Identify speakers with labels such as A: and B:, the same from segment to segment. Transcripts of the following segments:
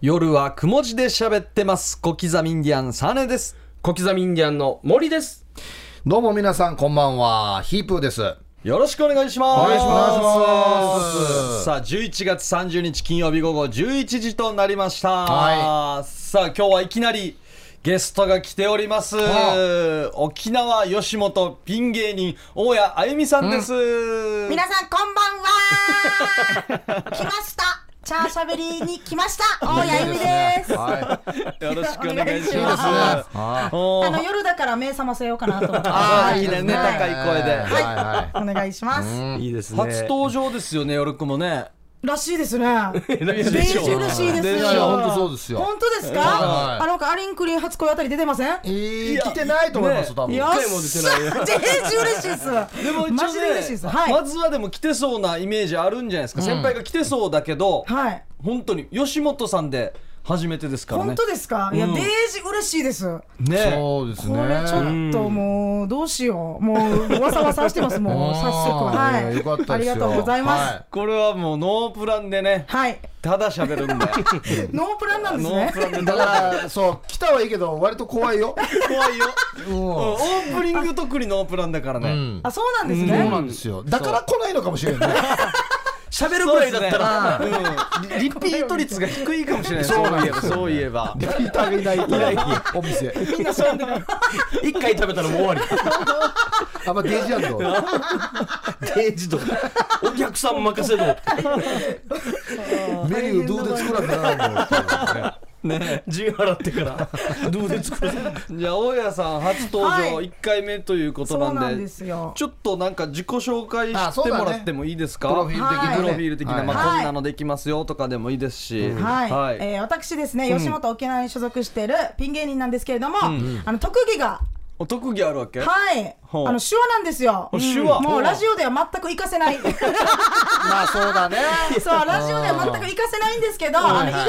A: 夜はくも字で喋ってます小刻みインディアンサネです
B: 小刻みインディアンの森です。
C: どうも皆さんこんばんは、ヒープーです。は
A: よろしくお願いします
C: お願いします
A: さあ11月30日金曜日午後11時となりました、
C: は
A: さあ今日はいきなりゲストが来ております沖縄吉本ピン芸人大谷あゆみさんです、
D: 皆さんこんばんは 来ましたチャーシャベリーに来ました 大谷由美です
C: い。
A: よろしくお願いし
D: お願
A: ま
D: いしま
A: すす
C: あ
A: おー
D: あの夜だから目覚ませようかなと思って
A: あーいいね
D: はい
A: ね高い声で、
C: はいは
D: お願いします、
B: いいですね。
A: 初登場ですよね夜くもね
D: らしいですねベージ
A: でしょ
D: ュらしいです
C: い。いやいや、本当そうですよ。
D: 本当で
C: は
D: すか
C: い
D: あのかアリンクリン初恋あたり出てませんよ
C: えー、
A: いや
C: 来てないと思いますよ、多分。
A: ね
D: っ
C: い
D: しゃ
B: 回も出てないよ
D: ベージュ嬉しいです
A: でも一応ね
D: マジで嬉しいですはい
A: まずはでも来てそうなイメージあるんじゃないですか、先輩が来てそうだけど、
D: はい
A: 本当に吉本さんで初めてですからね
D: 本当ですかいやベージュ嬉しいです
A: ね
C: そうですね。
D: これちょ
C: うん
D: っともうどうしようもうわさわさしてます もう早速はい
C: や
D: い
C: よかった
D: あ
C: で
D: り
C: すよ。
D: がとうございます
C: は
A: これはもうノープランでね
D: はい
A: ただ喋るんで
D: ノープランなんです
A: ノー
D: ね
A: プランでた
C: だか
A: だ
C: ら、そう、来たはいいけど、割と怖いよ。
A: 怖いよ
C: うん。
A: うん
C: そ
A: オープニング特にノープランだからね
D: あそうなんです
C: う
D: ね
C: なんですよ。だから来ないのかもしれないね。
A: 喋、るぐらいだったら、うんリリピート率が低いかもしれない
C: そうな
A: い
C: んで
A: え
C: す
A: ば
C: よ
A: そういえば
C: リピーターがいないいないお店。
B: 一回食べたらもう終わり。
C: あんまデージや んと。
B: 定時とお客さん任せろ。
C: メニューどうで作らなきゃならんの。
B: 陣払ってからどうで作る。
A: じゃあ大家さん初登場
D: はい
A: 1回目ということ
D: そう
A: なんで,、
D: なんですよ
A: ちょっとなんか自己紹介
C: あ
A: し
C: そ
A: て
C: うだ
A: も
C: ね
A: らってもいいですか
C: プロフィール的な
D: は
C: ね。
D: い
A: プロフィール的な、
C: はい
A: まあ、
D: はい
A: こんなのできますよとかでもいいですし、
D: はい、えー私ですね吉本沖縄に所属しているピン芸人なんですけれども、あの特技が
A: お特技あるわけ
D: はい
A: ほう
D: あの手話なんですよ、
A: お手話
D: うんもうラジオでは全く活かせない
C: まあ、そうだね。
D: そうラジオでは全く活かせないんですけどあの意外だ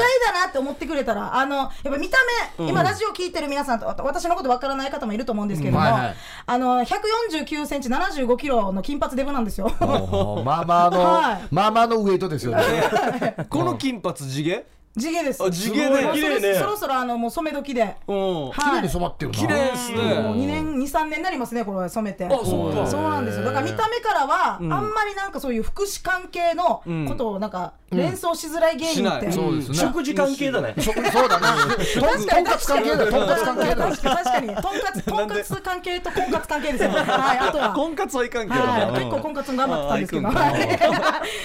D: なって思ってくれたらあのやっぱ見た目、今ラジオ聞いてる皆さんとわた私のことわからない方もいると思うんですけれども、
C: うんはいはい
D: あの149センチ75キロの金髪デブなんですよ
C: まあまあ
D: はい
C: の、まあまあのウエイトですよね。
A: この金髪地毛
D: 地毛です
A: あ地毛ね
D: もう
B: 綺麗ね
D: そろそろそろあのもう染め時で
A: うん
D: は
C: 綺麗に染まってるな。
A: 綺麗です
D: もう
A: ね
D: 2年23年になりますねこれ染めてあ
B: そっか
D: そうなんですよだから見た目からは、あんまりなんかそういう福祉関係のことをなんか連想しづらい芸人って、
A: うんし
C: そうですね。
B: 食事関係だね。
C: 食そうだね。
D: 確か
C: とん
D: に
C: かつ関係だよとんかつ関係だよ
D: 確かに確かにとんかつとんかつ関係と婚活関係ですよはいあとは
A: 婚活はいかんけどな、
D: はい、
A: うん
D: 結構婚活も頑張ってたんですけど、
A: あ
D: は
A: ーい
D: い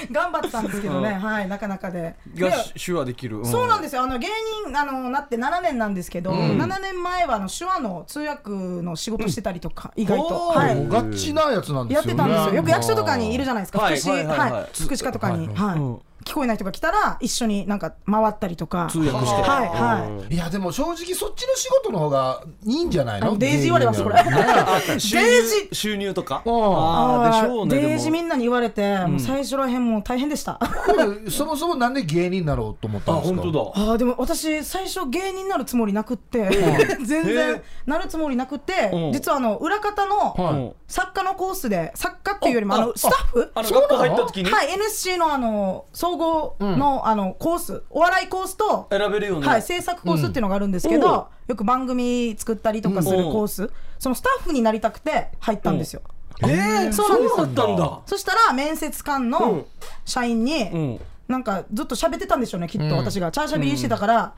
D: 頑張ってたんですけどね、
A: うん
D: はい、なかなかで。
A: が
D: で
A: 手話できる、
D: そうなん
A: で
D: ですよあの芸人あのなって7年なんですけど、7年前はあの手話の通訳の仕事してたりとか、意外と、
A: おー
D: は
C: もう
D: い、
C: ガチなやつなんで
D: やっ
C: すよ
D: て
C: ね。
D: たんですよよく役所とかにいるじゃないですか
A: は
D: 福
A: い
D: 祉、
A: は
D: はいい
A: はいはい
D: 福祉課とかに、
C: はい
D: はい
A: うん
D: 聞こえない人が来たら一緒になんか回ったりとか
A: 通訳して
D: はいはい
C: いやでも正直そっちの仕事の方がいいんじゃない
D: あ
C: の？
D: のデージ言われますこれ
C: 芸人ならね
A: 収入
D: デー
A: 収入とか
C: うん
A: あーでしょうね
D: デ
A: でも
D: ージみんなに言われて、もう最初らへんもう大変でした あ
C: これそもそもなんで芸人になろうと思っ
B: あ
C: たんですか？
B: 本当だ。
D: ーでも私最初芸人になるつもりなくって
A: へ
D: 全
A: ー
D: 然なるつもりなくって
A: うん
D: 実はあの裏方の
C: はい。
D: 作家のコースで作家っていうよりもあのスタッフ
A: あの
C: そうな
A: 学
C: の
A: 校入った時に
D: はい NSC のあの総合のあのコースお笑いコースと
A: 選べるように、
D: はい、制作コースっていうのがあるんですけど、
A: うんおう
D: よく番組作ったりとかするコース、そのスタッフになりたくて入ったんですよ。
A: えー
D: そうなんですよ
A: だったんだ
D: そしたら面接官の社員に、
A: ん
D: なんかずっと喋ってたんでしょうねきっと、私がチャーシャビリしてたから、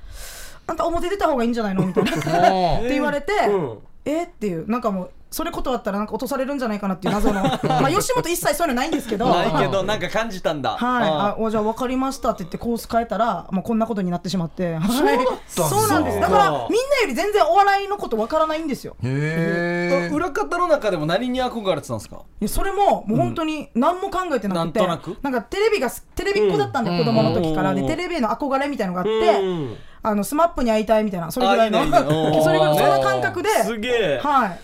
D: あんた表出た方がいいんじゃないのみたいなって
C: あ
D: 言われて、
B: うん
D: えーっていうなんかもうそれ断ったらなんか落とされるんじゃないかなっていう謎のまあ吉本一切そういうのないんですけど
A: ないけどなんか感じたんだ
D: はい、
A: あ
D: あおじゃあ分かりましたって言ってコース変えたら、まあ、こんなことになってしまってそ
C: たん
D: う
C: だ
D: なんですだからみんなより全然お笑いのこと分からないんですよ
C: ーへ
A: ー裏方の中でも何に憧れてたんですか
D: いやそれももう本当に何も考えてなくて、
A: なんとなく
D: んかテレビがテレビっ子だったんで、子供の時からでテレビへの憧れみたいのがあって、
B: うん
D: あのスマップに会いたいみたいなそれぐらいの
A: あいいね いいね
D: それぐらいそんな感覚で、
B: すげえ。
D: はい、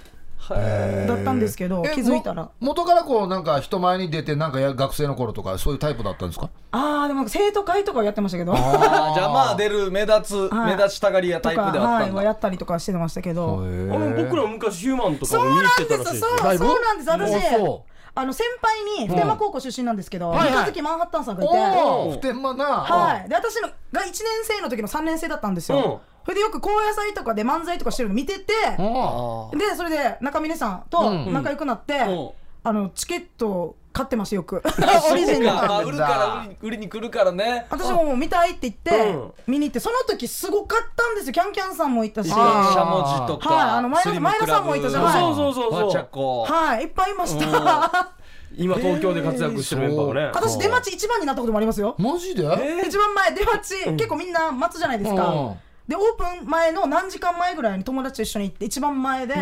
A: へ
D: だったんですけど
C: え。
D: 気づいたら
C: も元からこうなんか人前に出てなんかや学生の頃とかそういうタイプだったんですか？
D: ああでもなんか生徒会とかやってましたけど
A: ーあーじゃあまあ出る目立つ、
D: はい
A: 目立ちたがり屋
D: と
A: タイプ
D: か
A: ではあっ
D: は
A: た
D: い
A: んだ、
D: はやったりとかしてましたけど。
B: あの僕ら昔ヒューマンとか
D: そう
B: も見に
D: な
B: 来て
D: ん
B: た
D: で
B: らしいです
D: すそ
B: よ。
D: う
C: ライブ
D: そうなんです
C: あ
D: 私
C: そう
D: あの先輩に普天間高校出身なんですけど、三日月マンハッタンさんがいて、
C: おお普天間な、
D: はい、で私のが1年生の時の3年生だったんですよ、
B: う
D: それでよく高野祭とかで漫才とかしてるの見てて、
C: お
A: あ
D: でそれで中峰さん
C: う
D: と
C: ん
D: 仲良くなって、
A: うん
D: あのチケットを買ってましたよく
A: あ
D: オリジン
A: そうか
D: が
A: あ売るから売り売りに来るからね
D: 私ももう見たいって言って、
B: うん
D: 見に行ってその時すごかったんですよキャンキャンさんも行ったし
A: し
C: あー
A: しゃもじとか、
D: はいあの前田
A: スリムクラブ
D: 前田さんもいたじゃない
B: そうそうそうそう
A: バチャコ
D: はいいっぱいいました、
B: 今東京で活躍してるメンバーがね、
D: 私出待ち一番になったこともありますよ
C: マジで、
D: 一番前出待ち、結構みんな待つじゃないですか、
C: うん
D: でオープン前の何時間前ぐらいに友達と一緒に行って一番前で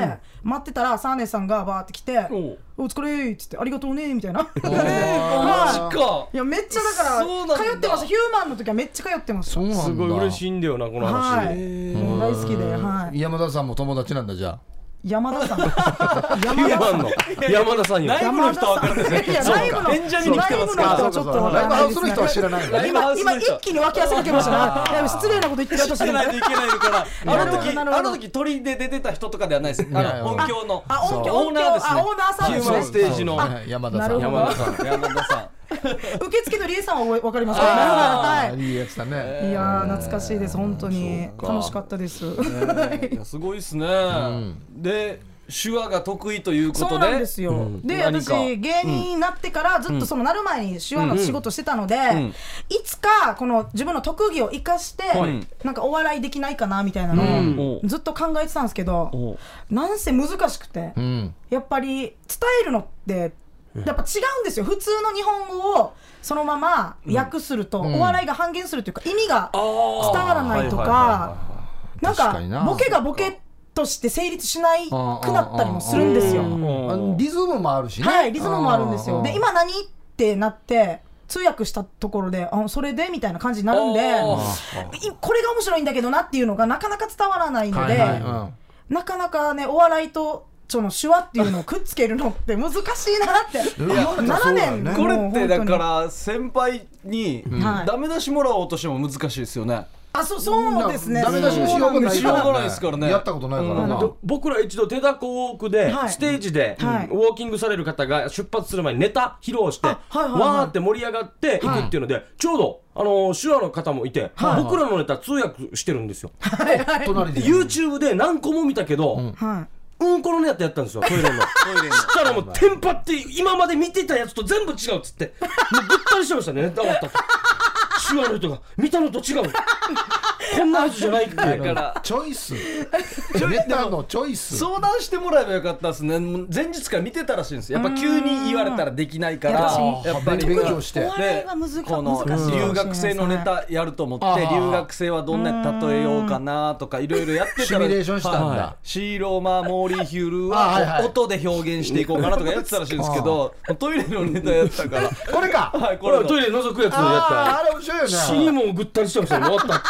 D: 待ってたら、サーネさんがバーって来て
A: おう
D: 「お疲れ」っつって「ありがとうね」みたいな
A: マジか
D: いやめっちゃだか
A: そうなん
D: ら
A: だ
D: 通ってましたヒューマンの時はめっちゃ通ってました
C: そうなんだ
B: すごい嬉しいんだよなこの話、
D: はいもう大好きではい
C: 山田さんも友達なんだじゃあ
D: 山田さん山
B: 山
D: 田
B: 田
D: さん
B: の山田さんよ
A: ライブの人は分かるんですね
D: いやライブ
A: そ
D: の
A: うか演者見に来てますから
D: ライブの人はちょっとわからないです
C: ライブハウスの
D: ね
C: 人は知らないんだ
A: ライブハ
D: 今
A: ウスの
D: 今
A: 人
D: 一気に分け合わせかけましたないや失礼なこと言って
A: 知
D: る私
A: ってないといけないから あの時
D: なるほどなるほど
A: あの時鳥で出てた人とかではないですあの音響の
D: ああ音響
A: そう
D: 音響
A: オーナーですね
D: あオーナーさん
A: ヒュ
D: です
A: ーマ
D: ね
A: ンステージの
C: はいはい山田さん
D: なるほど
B: 山田さん
A: 山田さ
D: 受付のリエさんは分かりますからね
C: あ
D: は
C: ー
D: い
C: いいやつだね、
D: いやー懐かしいです本当に
A: そうか
D: 楽しかったです。
A: んいやすごいですねで手話が得意というこ
D: そう
A: と
D: なん
A: で
D: ですよ、で
A: 何
D: 私
A: か
D: 芸人になってからずっとそのなる前に手話の仕事してたので、
A: ん
D: いつかこの自分の特技を生かして、
A: い
D: なんかお笑いできないかなみたいな
A: うん
D: の
A: お
D: を
A: う
D: ずっと考えてたんですけど、
A: おう
D: なんせ難しくて、
C: うん、
D: やっぱり伝えるのってやっぱ違うんですよ普通の日本語をそのまま訳すると、お笑いが半減するというか意味が伝わらないとかなん
C: 確かにな
D: かボケがボケとして成立しないくなったりもするんですよ。
C: あのリズムもあるしね
D: はい、リズムもあるんです
C: う
D: よ。で、今何ってなって、通訳したところで、あ、それでみたいな感じになるんで、いこれが面白いんだけどなっていうのがなかなか伝わらないの
C: はい
D: で、
C: はいうん
D: なかなかね、お笑いと、その手話っていうのをくっつけるのって難しいなって、もう7年、
A: これ
D: も
A: っ
D: う
A: て
D: 本
A: だ
D: 当に
A: から先輩に
D: はい
A: ダメ出しもらおうとしても難しいですよね
D: あ、そう、そうですね。
C: ダメ出ししようがない
A: しようがないですからね
C: やったことないからな、
B: で僕ら一度手だこウォークで、
D: はい
B: ステージで、
D: はい
B: ウォーキングされる方が出発する前にネタ披露して、
D: あはいはいはい
B: わーって盛り上がっていくっていうので、ちょうど、あのー、手話の方もいて、僕らのネタ通訳してるんですよ、
C: 隣で
B: で YouTube で何個も見たけど、うん、
D: はい。
B: このネタやったんですよトイレの
A: トイレの
B: したらもうテンパって今まで見てたやつと全部違うっつってもうぐったりしてましたねネタ終わったと手話の人が見たのと違うこんなはずじゃないって
A: だ
B: いう
A: から
C: チョイ スネタのチョイス
A: 相談してもらえばよかったですねもう前日から見てたらしいんですやっぱ急に言われたらできないから
D: うん
A: やっぱり
C: 勉強して
D: お笑いは難
A: で
D: し
A: この
D: 難しいかもしれない
A: 留学生のネタやると思って
C: はい
A: 留学生はどんなやつ例えようかなとかいろいろやってたら
C: シミュレーションしたんだ
A: はいシーローマーモーリーヒュール
C: あはいは
A: はい音で表現していこうかなとかやってたらしいんですけどトイレのネタやってたから
C: これか
A: はいこ
B: 俺
A: れ
B: はトイレ覗くやつをやった
C: あーあれ面白いよね
B: 死にもうぐったりしてましたよ。終わった。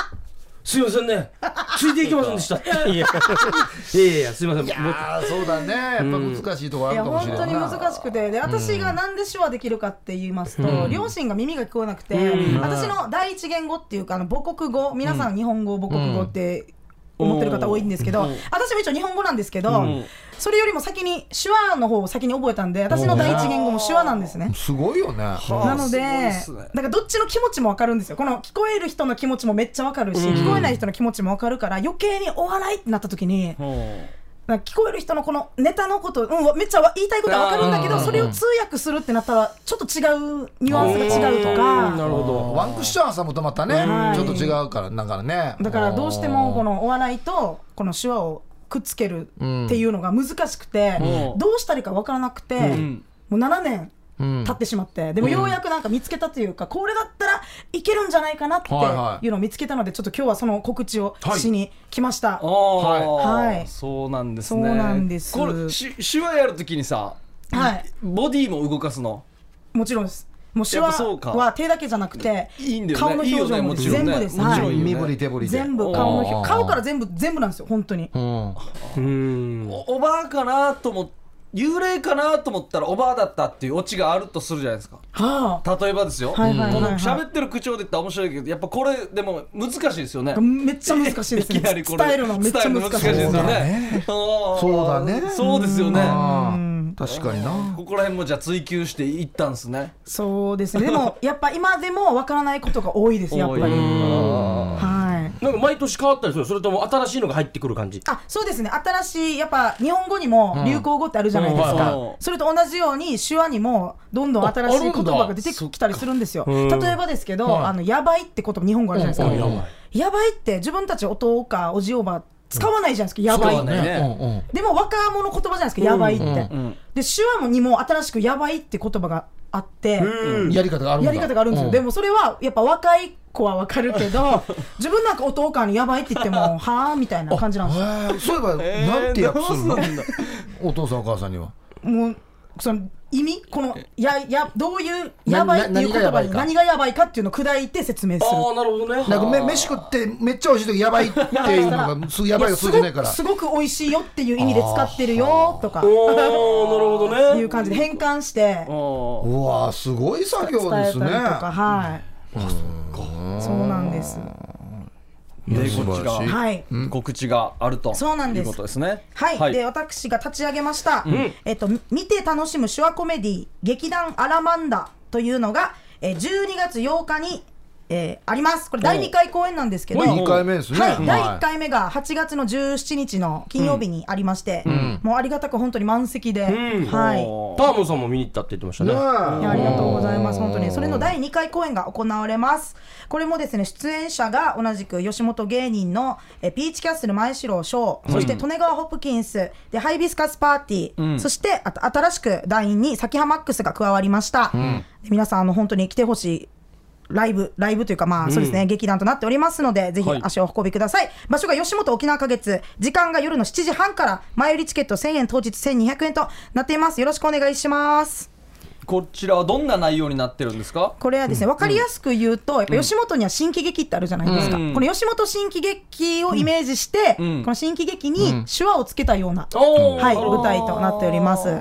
B: すいませんね。ついていけませんでした。いやいやいや、すいません。僕
C: あーそうだねやっぱ難しいとこあ
D: い
C: る
D: や
C: かもし
D: 本
C: れ
D: 当
C: ない
D: に難しくてで私がなんで手話できるかって言いますと、両親が耳が聞こえなくて、私の第一言語っていうかあの母国語皆さん日本語母国語って思ってる方多いんですけど、私も一応日本語なんですけど、それよりも先に手話の方を先に覚えたんで私の第一言語も手話なんですね。
C: すごいよね
A: あ
D: なので、
A: すごいっすね
D: だからどっちの気持ちもわかるんですよ。この聞こえる人の気持ちもめっちゃわかるし、聞こえない人の気持ちもわかるから、余計にお笑いってなった時に、なんか聞こえる人のこのネタのこと、うんわ、めっちゃわ言いたいことはわかるんだけど、それを通訳するってなったら、ちょっと違うニュアンスが違うと
B: うんなる
D: か、
B: ほど。
C: ワンクッション挟むとまたね、
D: はい
C: ちょっと違うからだからね
D: だからどうしてもこのお笑いとこの手話をくっつけるっていうのが難しくて、
A: うん
D: どうしたらいいかわからなくて、
A: ん
D: もう7年
C: うん
D: 経ってしまって、でもようやくなんか見つけたというか、これだったらいけるんじゃないかなって
C: はいはい
D: いうのを見つけたので、ちょっと今日はその告知をしに来ました。
A: ああ、
D: はいはい
A: そうなんですね
D: そうなんです
A: これし手話やるときにさ
D: はい、
A: ボディも動かすの
D: もちろんです。もう手
A: やっ
D: 話
A: ぱそうか
D: は手だけじゃなくて、
A: いいんだよね
D: 顔の表情も
A: いいよね
D: 全部です。
A: もちろん
D: はい
A: いよね
C: 身振り手振りで
D: 全部
A: おー
D: 顔の表顔から全部全部なんですよ本当に。
C: うん
B: うん。
A: おおばあかなと思っ幽霊かなと思ったらおばあだったっていうオチがあるとするじゃないですか
D: は
A: 例えばですよ、
D: はいはいはいはい
A: この喋ってる口調で言ったら面白いけどやっぱこれでも難しいですよね
D: あ。めっちゃ難しいですね。
A: きなり
D: 伝
A: これ
D: えるのめっちゃ難しいです
A: 伝えるの
D: よ
A: 難
D: ね。
A: しいですよね
C: そうだね
A: あーそうですよね
C: あー
D: うん
C: うん確かにな
A: ここら辺もじゃあ追求していったんすね
D: そうですねでもやっぱ今でもわからないことが多いですやっぱ
A: 多い
D: り
A: あ
D: はい
B: なんか毎年変わったりするそれとも新しいのが入ってくる感じ
D: あそうですね新しいやっぱ日本語にも流行語ってあるじゃない
A: う
D: です
A: んはい
D: か、
A: はい
D: それと同じように手話にもどんどん新しい言
B: ああるんだ
D: 葉が出てきたりするんですよ
B: っかうん
D: 例えばですけど、あのやばいって言葉日本語あるじゃないですか、
B: うんうんやば
D: やばいって自分たちお父かおじおば使わないじゃないですかやばい
A: 使わないね
C: うんうん
D: でも若者言葉じゃないですかやばいって、
A: ん
D: で手話にも新しくやばいって言葉があって、
C: やり方があるんだ
D: やり方があるんですよ、
C: う
D: でもそれはやっぱ若い子はわかる けど自分なんかお父かにやばいって言ってもはあみたいな感じなんですよ
C: へえそういえばなんて訳するのお父さんお母さんには
D: もうその意味このややどういうやばいっていう言葉に
C: な何
D: 何がやばいかっていうのを砕いて説明する
B: ああなるほどね
C: なんかめ飯食ってめっちゃ美味しい時やばいって いうのがすぐやばいが通じないから
D: やすごくすごく美味しいよっていう意味で使ってるよとか
B: おおなるほどね
D: いう感じで変換して
A: おー
C: うわーすごい作業
D: 伝えた
C: で
D: り
C: す
D: と
C: ね
D: かはいそうなんです
A: で
C: 素
A: こっち
C: 晴らしい
A: が
D: はい
A: 告知があると
D: そうなんです
A: いうことですね
D: はい、で私が立ち上げました、えっと、見て楽しむ手話コメディ劇団アラマンダというのが、えー、12月8日に、えーありますこれ第2回公演なんですけど、
C: これ2回目ですね
D: はい、第1回目が8月の17日の金曜日にありまして、もうありがたく本当に満席で、
B: ん
D: はい、
A: おー
B: ターモンさんも見に行ったって言ってましたね
C: はい
D: いやありがとうございます本当にそれの第2回公演が行われますこれもですね出演者が同じく吉本芸人のえピーチキャッスル前城翔そして利根川ホプキンスでハイビスカスパーティー、そしてあと新しく団員に崎ハマックスが加わりました、で皆さんあの本当に来てほしいライブライブというか、まあそうですね、劇団となっておりますので、ぜひ
A: はい
D: 足をお運びください。場所が吉本沖縄花月、時間が夜の7時半から、前売りチケット1000円、当日1200円となっています。よろしくお願いします。
A: こちらはどんな内容になってるんですか
D: これはですね、分かりやすく言うと、やっぱ吉本には新喜劇ってあるじゃないですか、この吉本新喜劇をイメージして、
A: うん
D: この新喜劇に手話をつけたような、
A: おー
D: はい、舞台となっております。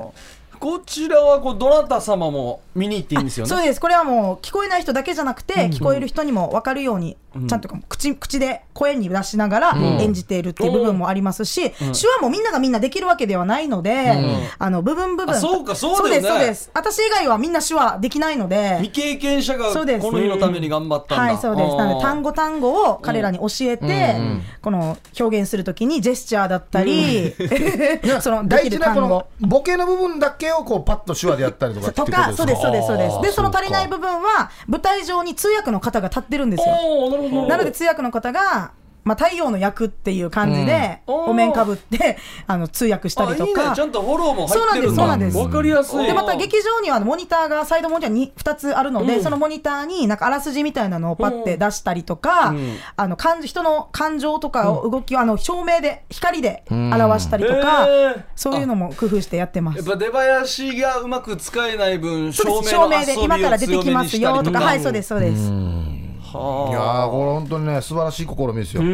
A: こちらはこうどなた様も見に行っていいんですよね
D: そうですこれはもう聞こえない人だけじゃなくて、聞こえる人にも分かるように、ちゃんと口口で声に出しながら演じているっていう部分もありますし、手話もみんながみんなできるわけではないので、あの部分部分
A: あそうかそうだよね
D: そうですそうです私以外はみんな手話できないので
A: 未経験者が
D: そうです
A: この日のために頑張ったんだ
D: はい、そうです。なので単
A: 語
D: 語単語を彼らに教えて、この表現するときにジェスチャーだったり、 そので
C: 大
D: き
C: 事
D: る
C: なこ
D: 単
C: の
D: 語。
C: ボケの部分だけをこうパッと手話でやったりとかって
D: と
C: ことです
D: か、
C: ね
D: そうです、そうです、そうで
C: あ
D: す。
C: ー
D: で、その足りな
C: そ
D: い
C: うか
D: 部分は、舞台上に通訳の方が立ってるんですよ。
B: おおなるほど
D: なので、通訳の方が、まあ、太陽の役っていう感じで、
A: うん
D: お面かぶって、 あの、通訳したりと
A: いいね
D: か
A: ち。ゃんとフォローも入ってるんだ
D: そうなんですそう
A: わかりやすい
D: でまた劇場にはモニターがサイドモニターに2つあるので、そのモニターになんかあらすじみたいなのをパッて出したりとか、あの感じ人の感情とかを動きをあの照明で光で表したりとか、
B: えー
D: そういうのも工夫してやってま
A: やっ
D: す。
A: ぱ出囃子がうまく使えない分照
D: そうです
A: 明の
D: 照明
A: 遊び
D: で
A: を
D: 今から出てき
A: 強め
D: ますよ
A: にしたり
D: とか、はい、そうです、そうです。
A: はい
C: やーこれ本当にね素晴らしい試みですよは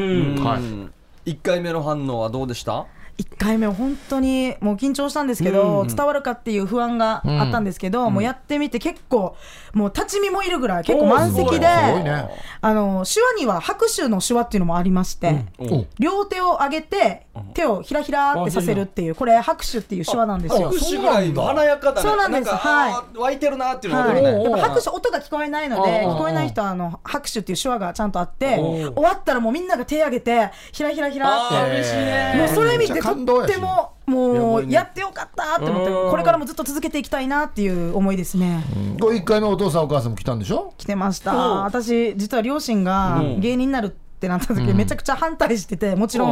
C: い
A: い1回目の反応はどうでした
D: 1回目は本当にもう緊張したんですけど、伝わるかっていう不安があったんですけど、もうやってみて結構もう立ち見もいるぐらい結構満席
C: おーごい
D: です
C: すごいね
D: あの手話には拍手の手話っていうのもありまして、
C: お
D: 両手を上げて手をひらひらってさせるっていうこれ拍手っていう手話なんですよ
A: 拍。手ぐらい華やかだね
D: そうなんです
A: か
D: はい
A: あー湧いてるなっていうのが
D: はい、
A: 出るね
D: やっぱ拍手音が聞こえないので聞こえない人はあの拍手っていう手話がちゃんとあって終わったらもうみんなが手上げてひらひらひらって
A: あー嬉しいね
D: もうそれ見
C: めっちゃ
D: てと
C: 感動
D: っ
C: やして
D: もも
A: やばいうね
D: やってよかったって思って
B: うん
D: これからもずっと続けていきたいなっていう思いですね
C: これ1回目お父さんお母さんも来たんでしょ
D: 来てました私実は両親が芸人になるってなった時めちゃくちゃ反対しててもちろ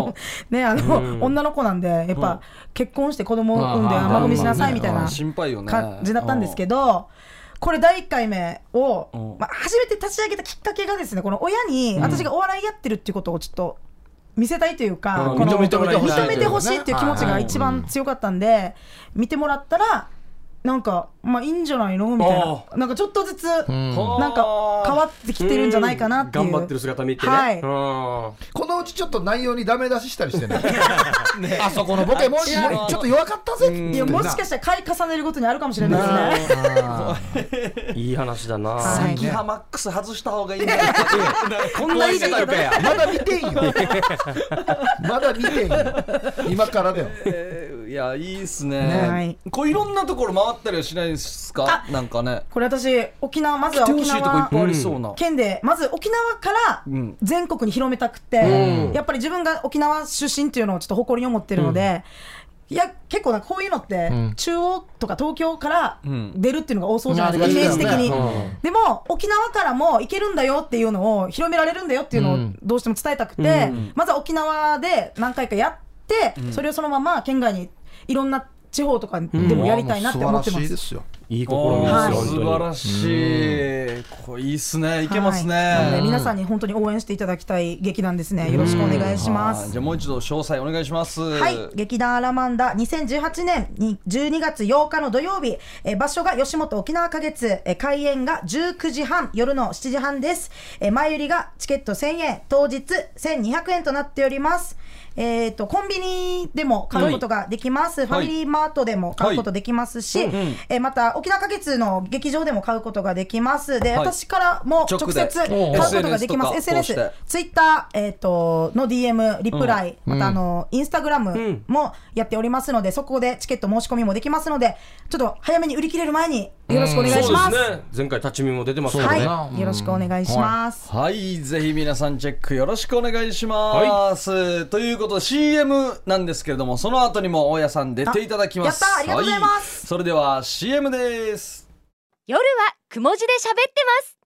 A: うん
D: んねあの女の子なんでやっぱ結婚して子供を産んで
C: あー
D: 孫見しなさいみたい
A: あー
D: な
A: 心配よね
D: 感じだったんですけ
A: ど
D: ど、これ第1回目
A: うん
D: を、まあ、初めて立ち上げたきっかけがですねこの親に私がお笑いやってるっていうことをちょっと見せたいというか、
A: うん
D: この
A: 認めてもらいたい
D: 認めてほしいっていう気持ちが一番強かったんで、見てもらったら。なんかまあいいんじゃないのみたい
A: あ
D: ななんかちょっとずつなん
A: はあ
D: か変わってきてるんじゃないかなっていう
B: 頑張ってる姿見てね、
D: はい
B: うん
C: このうちちょっと内容にダメ出ししたり してね
A: ね
C: あそこのボケもし
A: いや
C: もうちょっと弱かったぜ
A: うん
D: いやもしかしたら回重ねることにあるかもしれないですね
C: あー
B: いい話だな、
D: はい
A: ギハマックス外した方がいいんじゃないか こんな言い方あるかや
C: まだ見てんよまだ見てんよ今からだよ
A: えーいやいいっすね
C: ね
D: はい
A: こういろんなところ回ったりはしないですかなんかね
D: これ私沖縄まず
A: 来
D: は
A: てほ
D: 沖
A: しいとこいっぱい
D: 縄
A: ありそうな、
D: 県でまず沖縄から
A: うん
D: 全国に広めたくて、
B: ん
D: やっぱり自分が沖縄出身っていうのをちょっと誇りに思ってるので、いや結構なんかこういうのって、
C: うん
D: 中央とか東京から
A: うん
D: 出るっていうのが多そうじゃないですか、
C: うん
D: イメージ的に、
B: うん
D: でも沖縄からも行けるんだよっていうのを広められるんだよっていうの
C: う
D: を
C: ん
D: どうしても伝えたくて、
B: うん
D: まずは沖縄で何回かやって、それをそのまま県外にいろんな地方とかでもやりたいなって思って
C: 素晴
D: ま
C: らしい
D: す
C: で。すよ
B: いい試みですよ、
A: あー
B: 本当に
A: 素晴らしいこれいいっすねいけますね、
D: はいなので皆さんに本当に応援していただきたい劇団ですね。よろしくお願いしま
A: はい
D: す
A: じゃ。あもう一度詳細お願いします
D: はい、劇団アラマンダ2018年に12月8日の土曜日、えー場所が吉本沖縄花月、えー開演が19時半、夜の7時半です。えー前売りがチケット1000円、当日1200円となっております。えっ、と、コンビニでも買うことができます。ファミリーマートでも買うことできますし、
A: はいうんうん
D: えーまた沖縄花月の劇場でも買うことができます。で、
A: はい
D: 私からも
A: 直
D: 直
A: で
D: 接買うことができます。
A: SNS と
D: SNS
A: か通して、
D: ツイッター、えっ、と、の DM、リプライ、またあの、インスタグラムもやっておりますので、そこでチケット申し込みもできますので、ちょっと早めに売り切れる前によろしくお願いし
B: そ
D: ます。
B: うですね前回立ち見も出てますからね、
D: は
C: うん
D: い、よろしくお願いします。
A: はい、ぜひ皆さんチェックよろしくお願いします。ということで CM なんですけれども、その後にも大家さん出ていただきます。
D: あやったありがとうございます
A: はそれでは CM です。
E: 夜はくも字で喋ってます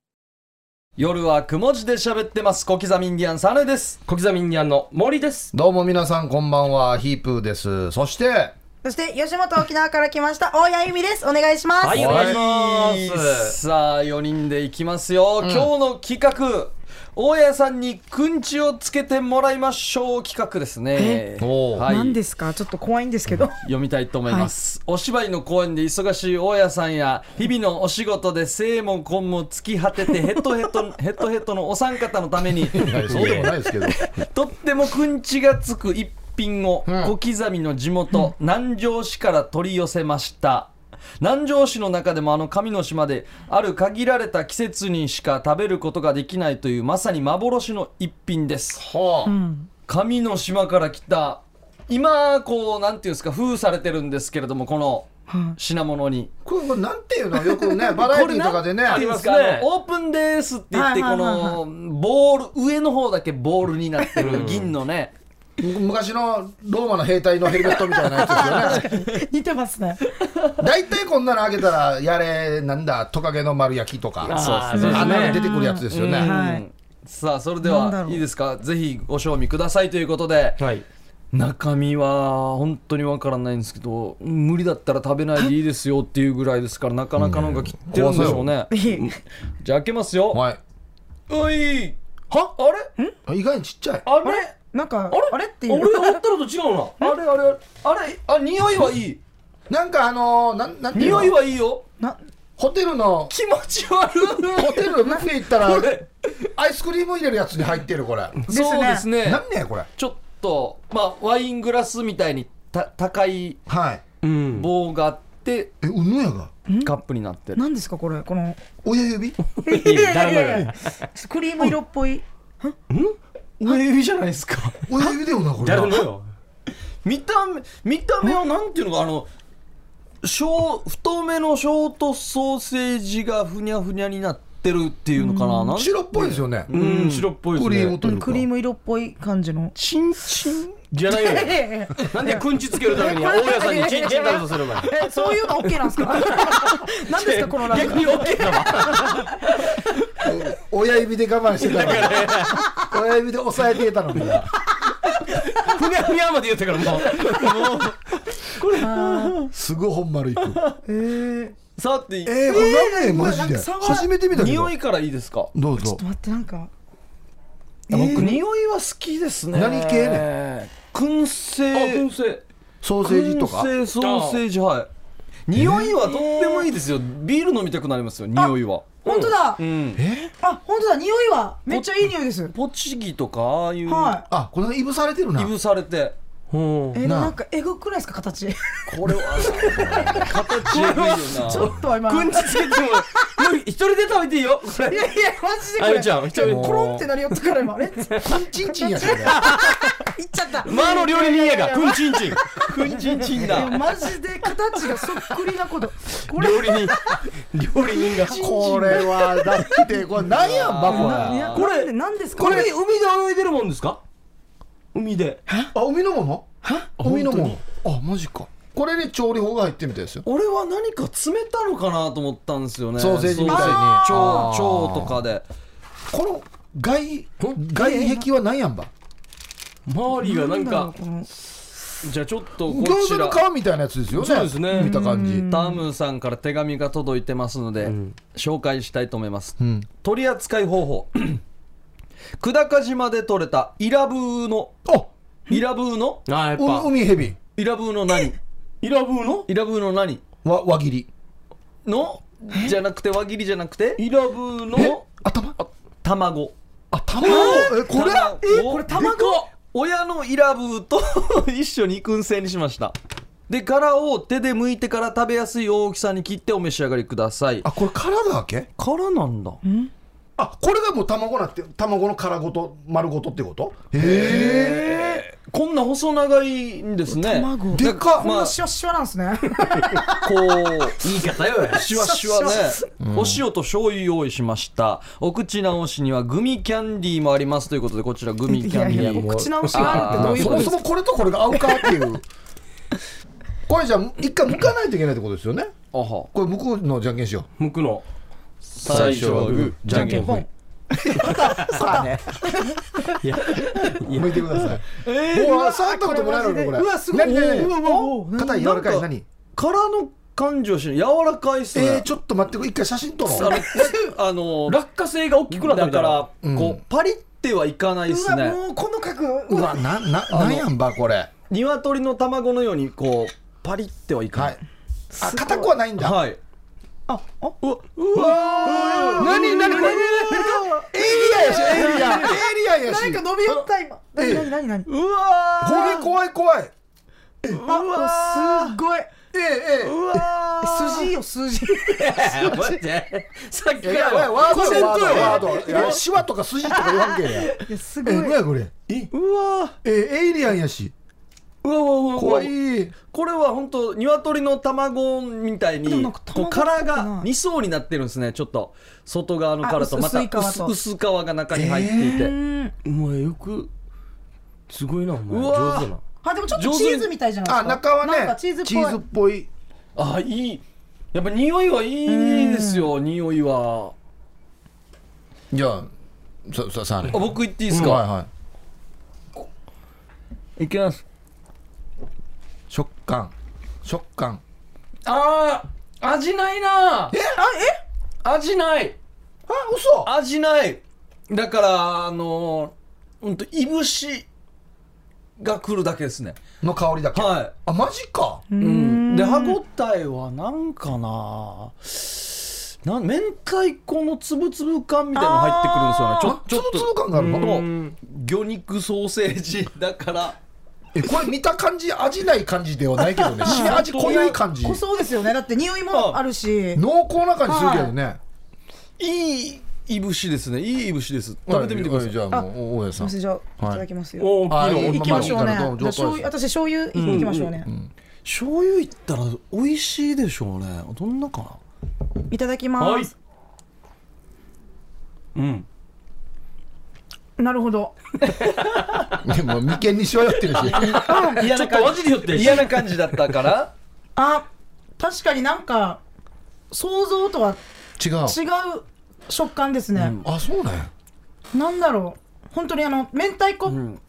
A: 夜はくも字で喋ってます。小刻みインディアンサネです。
B: 小刻みインディアンの森です
C: どうも皆さんこんばんはヒープーですそして
D: そして、吉本沖縄から来ました、大谷由美です。お願いします。
B: はいお願いしま
A: はい
B: す
A: さあ、4人でいきますよ。今日の企画、大家さんにくんちをつけてもらいましょう企画ですね。
C: おー
D: 何ですかちょっと怖いんですけど。
A: 読みたいと思います、お芝居の公演で忙しい大家さんや日々のお仕事で性も根も尽き果ててヘトヘトヘトヘトのお三方のた めに
C: そうでもないですけど
A: とってもくんちがつく一品を
C: うん
A: 小刻みの地元、南城市から取り寄せました南城市の中でもあの神の島である限られた季節にしか食べることができないというまさに幻の一品です
C: はあ
A: 神の島から来た今こうなんていうんですか封されてるんですけれどもこの品物に、
C: これこれなんていうのよくねバラエティーとかでね
A: あ
B: り
A: り
B: ま
A: ますす
B: ね
A: か、あのオープンですって言って
D: は
A: こ
D: いはいはいはい
A: のボール上の方だけボールになってる銀のね
C: 昔のローマの兵隊のヘルメットみたいなやつですよね
D: 似てますね。
C: 大体こんなのあげたらやれなんだトカゲの丸焼きとか
B: あーそうですね
C: あんなの出てくるやつですよね、
D: うんはい
A: うんさあそれで
D: なんだ
A: は
D: ろう
A: いいですかぜひご賞味くださいということで
B: はい
A: 中身は本当にわからないんですけど無理だったら食べないでいいですよっていうぐらいですからなかなかのが切ってるんでしょうねじゃあ開けますよ
C: はい
A: おいはあれ
C: あ意外にちっちゃい
A: あれ
D: なんか、あれってい
B: 俺
D: う。
B: 思ったのと違うな
A: あれあれあれあ匂いはいい
C: なんかあのー、なんなんていうの
A: 匂いはいいよ
D: な
C: ホテルの
A: 気持ち悪い
C: ホテルのビュッフェ行ったら
A: これ
C: アイスクリーム入れるやつに入ってるこれ
D: ね
A: そうですね
C: なんねこれ
A: ちょっとまあワイングラスみたいにた高い
C: はい
B: うん
A: 棒があって
C: えうぬやが
A: カップになってる
D: 何ですかこれこの。
C: 親指
B: いや誰もやる
D: ちょっと クリーム色っぽい。
A: 親指じゃないですか
C: 親指だよなこれ
B: 誰もよ
A: 見た目見た目はなんていうのかあの小太めのショートソーセージがふにゃふにゃになってるっていうのかななん
C: 白っぽいですよね
B: うん白っぽいです
C: ク
B: ね
C: リームというか
D: クリーム色っぽい感じの。
A: チンチン
B: じゃないよ
D: え
B: なんでくんちつけるために大家さんにチンチンだとするの
D: えそういうの OK なんです か何ですかこのラジオ
B: 逆に OK だわ
C: 親指で我慢してたのに親指で押さえてたのに
B: ふにゃふにゃまで言ったからもう
C: すぐ本丸いく
A: さて、
C: えー、これ何ね
D: これ
C: マジで
D: なんか触ら
C: 初めて見たけど
A: 匂いからいいですか
C: どうぞ
D: 待ってなんか
A: 僕匂いは好きですね
C: 何系
A: ね燻
B: あ
A: 製
B: 燻製
C: ソーセージとか
A: 燻製ソーセージはい匂いはとってもいいですよビール飲みたくなりますよ匂いは
D: 本当だ
A: うん
D: あ本当だ匂いはめっちゃいい匂いです
A: ポチギとかああいう
D: は
C: あこのいぶされてるない
A: ぶされて
B: うん
D: いえー
C: なあ
D: なんかえぐくないですか形ち
A: これは形えぐいよ
D: ょ
A: な
D: っと今
B: くん
D: い
B: ちつけても無理一人で食べていいよこれ
D: やいやマジでこ
B: あゆ
D: れ
B: ちゃん一人で
D: コロンってなりよったから今あれいっ
C: チンチンやしこれ
D: ちゃった
B: 魔の料理人やがくんちんちん
A: くんちんちん
D: いや
A: だ
D: マジで形がそっくりなことこれ
B: 料理人料理人が
C: これはだってこれ何やんバコ
D: いや
C: や
B: これ
D: なんでなんですか
B: これ海で泳いでるもんですか海で
C: あ海のもの海のものあマジかこれで調理法が入ってるみたいですよ
A: 俺は何か詰めたのかなと思ったんですよね
C: ソーセージみたいに
A: そう
C: あ
A: 腸腸
C: ー
A: とかで
C: この外外壁は何やんば
B: 周りがなんか
D: この
A: じゃあちょっとこ
C: 餃
A: ち
C: 子の
A: ら
C: 皮みたいなやつですよね
B: そうですね
C: 見た感じ
A: タムさんから手紙が届いてますので、紹介したいと思います、
C: うん
A: 取り扱い方法 久高島で取れたイラブーの
C: あ
A: イラブーの
B: あーやっ
C: う
B: ぱ
C: 海ヘビ
A: イラブーの何
B: イラブーの
A: イラブーの何
C: わ輪切り
A: のじゃなくて輪切りじゃなくて
B: イラブー
C: え
B: の
C: 頭
A: 卵
C: あ卵えこれ
A: えこれ
B: 卵
A: 親のイラブーと 一緒に燻製にしましたで殻を手で剥いてから食べやすい大きさに切ってお召し上がりください
C: あこれ殻だわけ
A: 殻なんだ
C: あこれがもう卵なって卵の殻ごと丸ごとってことへえ
A: こんな細長いんですね
D: 卵
C: でかっ
D: こん
A: ま
D: な
A: あ
D: シワシワなんですね
A: こう言い方よシュワシュワねお塩と醤油用意しましたお口直しにはグミキャンディーもありますということでこちらグミ
D: い
A: キャ
D: や
A: ンデ
D: い
A: ィ
D: や
A: ー
D: お
A: も
D: 口直しがあるってどうい
C: そ
D: うこと
C: も
D: です
C: そ
D: か
C: もこれとこれが合うかっていう これじゃあ一回剥かないといけないってことですよね
A: あは
C: これ向こうのじゃんけんしよ
B: むくの
A: 最初はグーじゃんけんぽん
C: うさあね
B: いや
C: 向いてくだ さいもう触ったこともないのかこれ
D: うわすご
C: 何
D: い
C: 何
D: うわうわうわ
C: 何硬い柔らか
A: ないんか
C: 何
A: 殻の感じをしない柔らかいっす
C: えー
A: ね
C: ちょっと待って一回写真撮ろ
A: あの
C: う
A: あの
B: 落花生が大きくなった
A: だ
B: みた
A: か
B: いな
A: らこうパリってはいかないっす
D: うわ
A: ね
D: もうこの角
C: うわなななんやんばこれ
A: 鶏の卵のようにこうパリってはいか
C: は
A: ない
C: いあ硬くはないんだ
A: はい
D: ああ
A: うわうわー
C: 何何これエイリアやしエイリアエイリアやし
D: 何か伸び寄った今何何何何
A: うわー
C: 怖い怖い怖い
D: あすっごい
C: ええええ
A: うわ ー
D: 筋よ筋
B: 待ってさっき
C: いやいやいやワードよワードよワードいやシワとか筋とか言わんけやえ
D: いやすごい
C: 何やこれ
A: うわー
C: えエイリアンやし
A: うわうわうわうわ
C: 怖い
A: これは本当鶏の卵みたい
D: でも
A: に
D: なんか
A: こう
D: 卵
A: 殻
D: っぽくな
A: が
D: い
A: 2層になってるんですねちょっと外側の殻と
D: あ
A: また
D: 薄い皮
A: 薄
D: と
A: 薄皮が中に入っていて、
D: うん
B: お前よくすごいなお前
A: うわ
B: 上手だな
D: あでもちょっとチーズみたいじゃないです
C: あ
D: か
C: 中は
D: なん
C: ね
D: かチーズっ
C: チーズ
D: ぽ
C: っ
D: い
C: ぽい
A: あいいやっぱ匂いはいいですよ匂いは
C: じゃあさささあね
A: あ僕言っていいです
C: はい
A: か、
C: はい
A: いきます
C: 食感食感
B: あー味ないなえあえ味ない
C: あ嘘
A: 味ないだからあのー、ほんといぶしが来るだけですね
C: の香りだけ
A: はい
C: あマジか
A: うん、で歯ごたえはなんかなな明太子のつぶつぶ感みたいなの入ってくるんですよね
C: あ
A: ち
C: つ
A: ょ
C: ぶ
A: ちょっと
C: つぶ感があるの
A: うん魚肉ソーセージだ から
C: えこれ見た感じ味ない感じではない けどねし味濃い感じ
D: 濃そうですよねだって匂いもあるし
C: 濃厚な感じするけどね
A: いいいぶしですねいいいぶしです食べてみてください、
C: はいじゃあもう大家さん
D: じゃあいただきますよ
B: おー大きい
C: あ
B: の
C: いい
D: いきましょうね
C: まあまあいいからどうぞ
D: じゃあ醤油私醤油いきましょうね
A: 醤油いったら美味しいでしょうねどんなかない
D: ただき
B: は
D: ま
B: い
D: す
B: うん
D: なるほど
C: でも眉間にしわ寄って るし
A: 嫌
B: ちょっとマジで言って
A: 嫌な感じだったから
D: あ確かになんか想像とは
C: 違う
D: 違う食感ですね、
C: あそうね
D: なんだろう本当にあの明太子うーん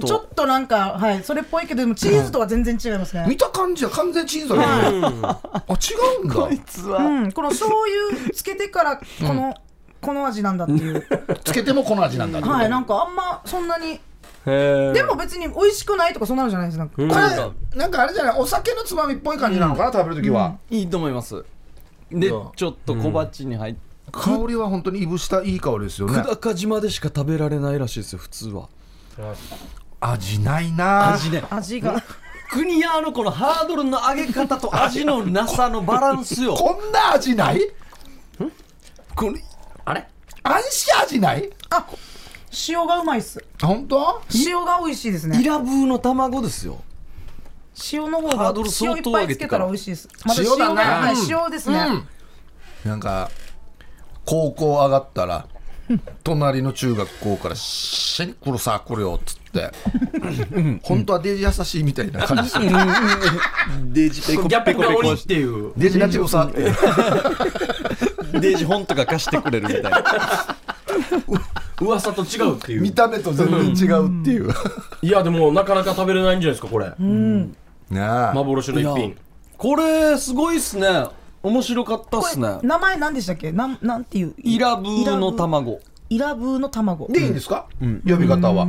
A: と
D: ちょっとなんかはいそれっぽいけどでもチーズとは全然違いますね
C: 見た感じは完全チーズだねあ違うんだ
D: うんこの醤油つけてからこの、この味なんだっていう
C: つけてもこの味なんだ
D: はいなんかあんまそんなに
B: へえ
D: でも別に美味しくないとかそんなのじゃないですなんか
B: うん
C: これなんかあれじゃないお酒のつまみっぽい感じなのかな、食べるときは、
A: いいと思いますでち
C: うん
A: ょっと小鉢に入って、
C: 香りは本当にいぶしたいい香りですよね
A: 久高島でしか食べられないらしいですよ普通は
C: 味ないな
A: 味ね
D: 味が
A: 国屋のこのハードルの上げ方と味のなさのバランスよ
C: こんな味ないこれ
B: あれ
C: 安心味ない
D: あ塩がうまいっす
C: 本当
D: 塩が美味しいです
A: イ
D: ね
A: ラブーの卵ですよ
D: 塩の方
A: ハー
D: が
A: ドル
D: 塩
A: 相
D: い
A: 当
D: っぱ
A: 上
D: い
A: げ
D: つ
A: て
D: け
A: か
D: た
A: ら
D: ら美味しいですまた
C: 塩
D: 塩
C: だ
D: が
C: ね
D: はい
C: うん
D: 塩ですね、
C: なんか高校上がった ら隣の中学校から「シェンクロサークルよ」っつって 本当はデジ優しいみたいな感 じ
A: デジペ
B: ギャップが鬼っていう
C: デジナチュさんって
A: デジ本とか貸してくれるみたいな
B: 噂と違うってい
C: 見
B: う
C: た目と全然違うっていう
B: いやでもなかなか食べれないんじゃないですかこれ
C: ねえ
B: 幻の一
A: いや
B: 品
A: これすごいっすね面白かったっすね
D: 名前何でしたっけなんなんていう
A: イラブーの
D: 卵
A: 卵
D: イラブーの卵
C: でいいんですか呼び方は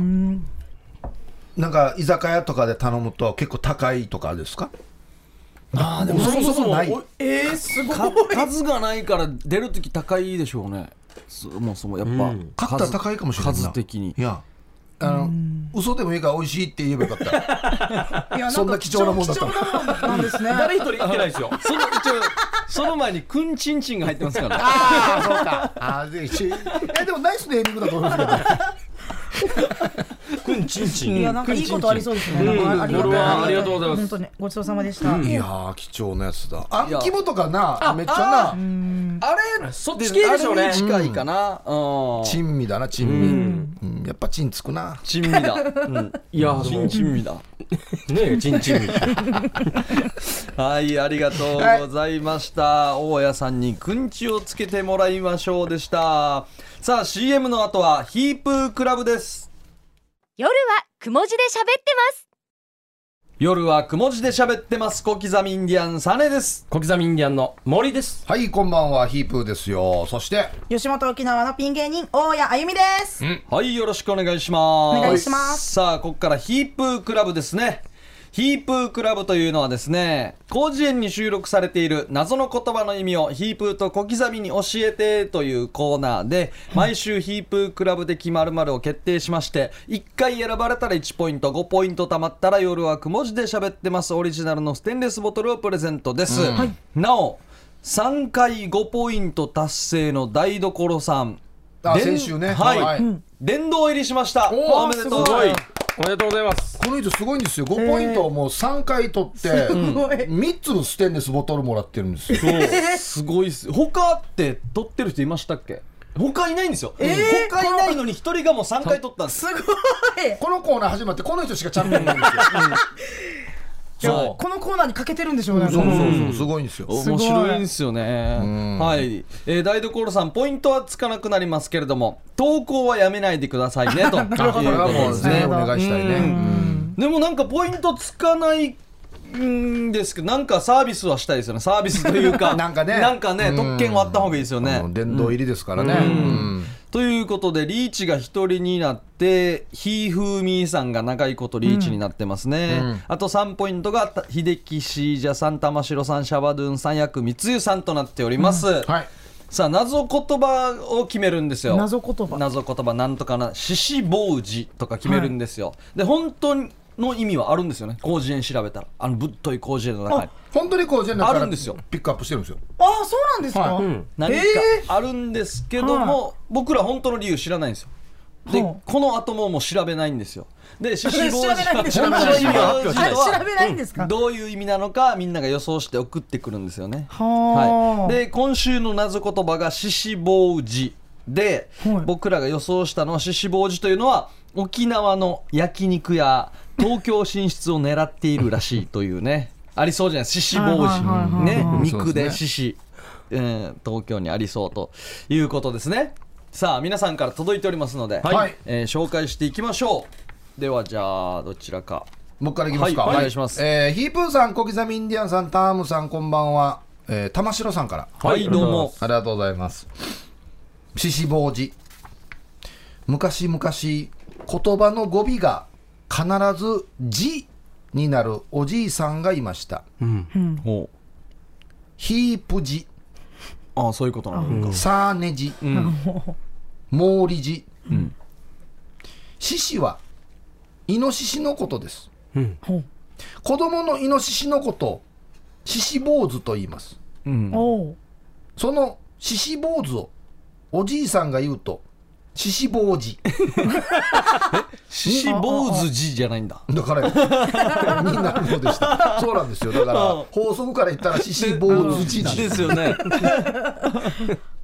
C: なんか居酒屋とかで頼むと結構高いとかですか
A: ああで
C: そもそもない
B: お
D: えー、すごい
A: か 数がないから出るとき高いでしょうねそもそもやっ
B: うん
A: ぱ
C: 買ったら高いかもしれないな
A: 数的に
C: いやあの嘘でもいいから美味しいって言えばよかったそんな貴重なもんだった
D: 貴重なもんなんですね
B: 誰一人言ってないですよ
A: その一応その前にくんちんちんが入ってます から
C: ああそうか あーぜ ひえでもナイスネーミングだと思いますけど
B: くんちんち
D: いや
B: ん
D: なんかいいことありそうですね。
B: うん
D: なんか
B: これはありがとうございます
D: 本当にごちそうさまでした。
C: いやー貴重なやつだあん肝とかなめっちゃな
A: あれ
B: そっち系でしょう
A: あれ
B: ね
A: に近いかなうん
C: 珍味だな珍
B: う
C: 味
B: ん
C: うんやっぱ珍つくな
A: 珍味だ うん
B: いや
A: 珍珍味だ
B: ねえちんちん
A: はいありがとうございました、大家さんにくんちをつけてもらいましょうでしたさあ CM の後はヒープークラブです
E: 夜はくも字で喋ってます
A: 夜はくも字で喋ってます小刻みインディアンサネです
B: 小刻みインディアンの森です
C: はいこんばんはヒープーですよそして
D: 吉本沖縄のピン芸人大谷あゆみです。
A: はいよろしくお願いします
D: お願いします
A: さあここからヒープークラブですねヒープークラブというのはですね広辞苑に収録されている謎の言葉の意味をヒープーと小刻みに教えてというコーナーで毎週ヒープークラブで決まるまるを決定しまして1回選ばれたら1ポイント5ポイント貯まったら夜はくも字で喋ってますオリジナルのステンレスボトルをプレゼントです、なお3回5ポイント達成の台所さん
C: あ
A: でん
C: 先週ね
A: はい、
C: はい
A: 殿堂入りしました
C: おー
A: おめでとう
B: すごいおめでとうございます
C: この人すごいんですよ5ポイントをもう3回取って3つ のステンレスボトルもらってるんですよ
A: すごいっす他って取ってる人いましたっけ他いないんですよ、他いないのに一人がもう3回取ったんです
D: すごい。
C: このコーナー始まってこの人しかチャンピオンなんですよそ
D: このコーナーに欠けてるんでしょうね。
C: うそうそうそうすごいんですよ
A: 面白いんですよね
C: ん
A: はい、えー、台所さんポイントはつかなくなりますけれども投稿はやめないでくださいねというこ
C: あこれは
A: と
C: も
A: で
C: う
A: す
C: 全
A: ね
C: 員お願いしたいねうん
A: でもなんかポイントつかないんですけどなんかサービスはしたいですよねサービスというか
C: なんかね
A: なんかね
C: うん
A: 特権はあった方がいいですよね
C: あの殿堂入りですからねうん
A: ということでリーチが一人になってひーふーみーさんが長いことリーチになってますね、
C: うん
A: あと3ポイントがた秀樹シージャさん玉城さんシャバドゥンさん役光湯さんとなっております、
C: はい
A: さあ謎言葉を決めるんですよ
D: 謎言葉
A: 謎言葉なんとかな獅子坊寺とか決めるんですよ、で本当の意味はあるんですよね広辞苑調べたらあのぶっとい広辞苑の中に
C: 本当にこうジェンダーか
A: ある
C: ら
A: んですよ
C: ピックアップしてるんですよ
D: ああそうなんですか。
C: はい
B: うん
A: 何かあるんですけども、僕ら本当の理由知らないんですよで、
D: は
A: この後ももう調べないんですよ で獅子
D: 調べ
A: 坊
D: ないんです
A: 司本
D: か。
A: 当の意味
D: あ
A: の
D: れ調
A: は
D: べないんですか。
A: どういう意味なのかみんなが予想して送ってくるんですよね
D: はあ
A: い、で今週の謎言葉が獅子坊寺で、
D: はい
A: 僕らが予想したのは獅子坊寺というのは沖縄の焼肉や東京進出を狙っているらしいというねありそうじゃない獅子坊
D: はいはいはいは
A: 寺
D: い
A: ね
C: うん
A: 肉
C: そう
A: で
C: ですね
A: 獅子、うん東京にありそうということですねさあ皆さんから届いておりますので、
C: はい
A: えー紹介していきましょうではじゃあどちらか
C: 僕からいきますか
A: はいお願いします
C: えーヒープーさん小刻みインディアンさんタームさんこんばんはえー玉城さんから
A: はいどうも
C: ありがとうございます。獅子坊寺。昔々、言葉の語尾が必ず「じ」になるおじいさんがいました
A: ほう
C: ヒープジ
A: ああそういうことなのか
C: サーネジ
A: うん
C: モーリジ
A: うん
C: 獅子はイノシシのことです
B: うん
C: 子供のイノシシのことを獅子坊主と言います
A: うん
D: おう
C: その獅子坊主をおじいさんが言うと獅子坊主
A: 獅子坊主寺じゃないんだ
C: だからよになるのでしたそうなんですよだから
A: うん
C: 法則から言ったら獅子坊主寺なんで
A: ですすよね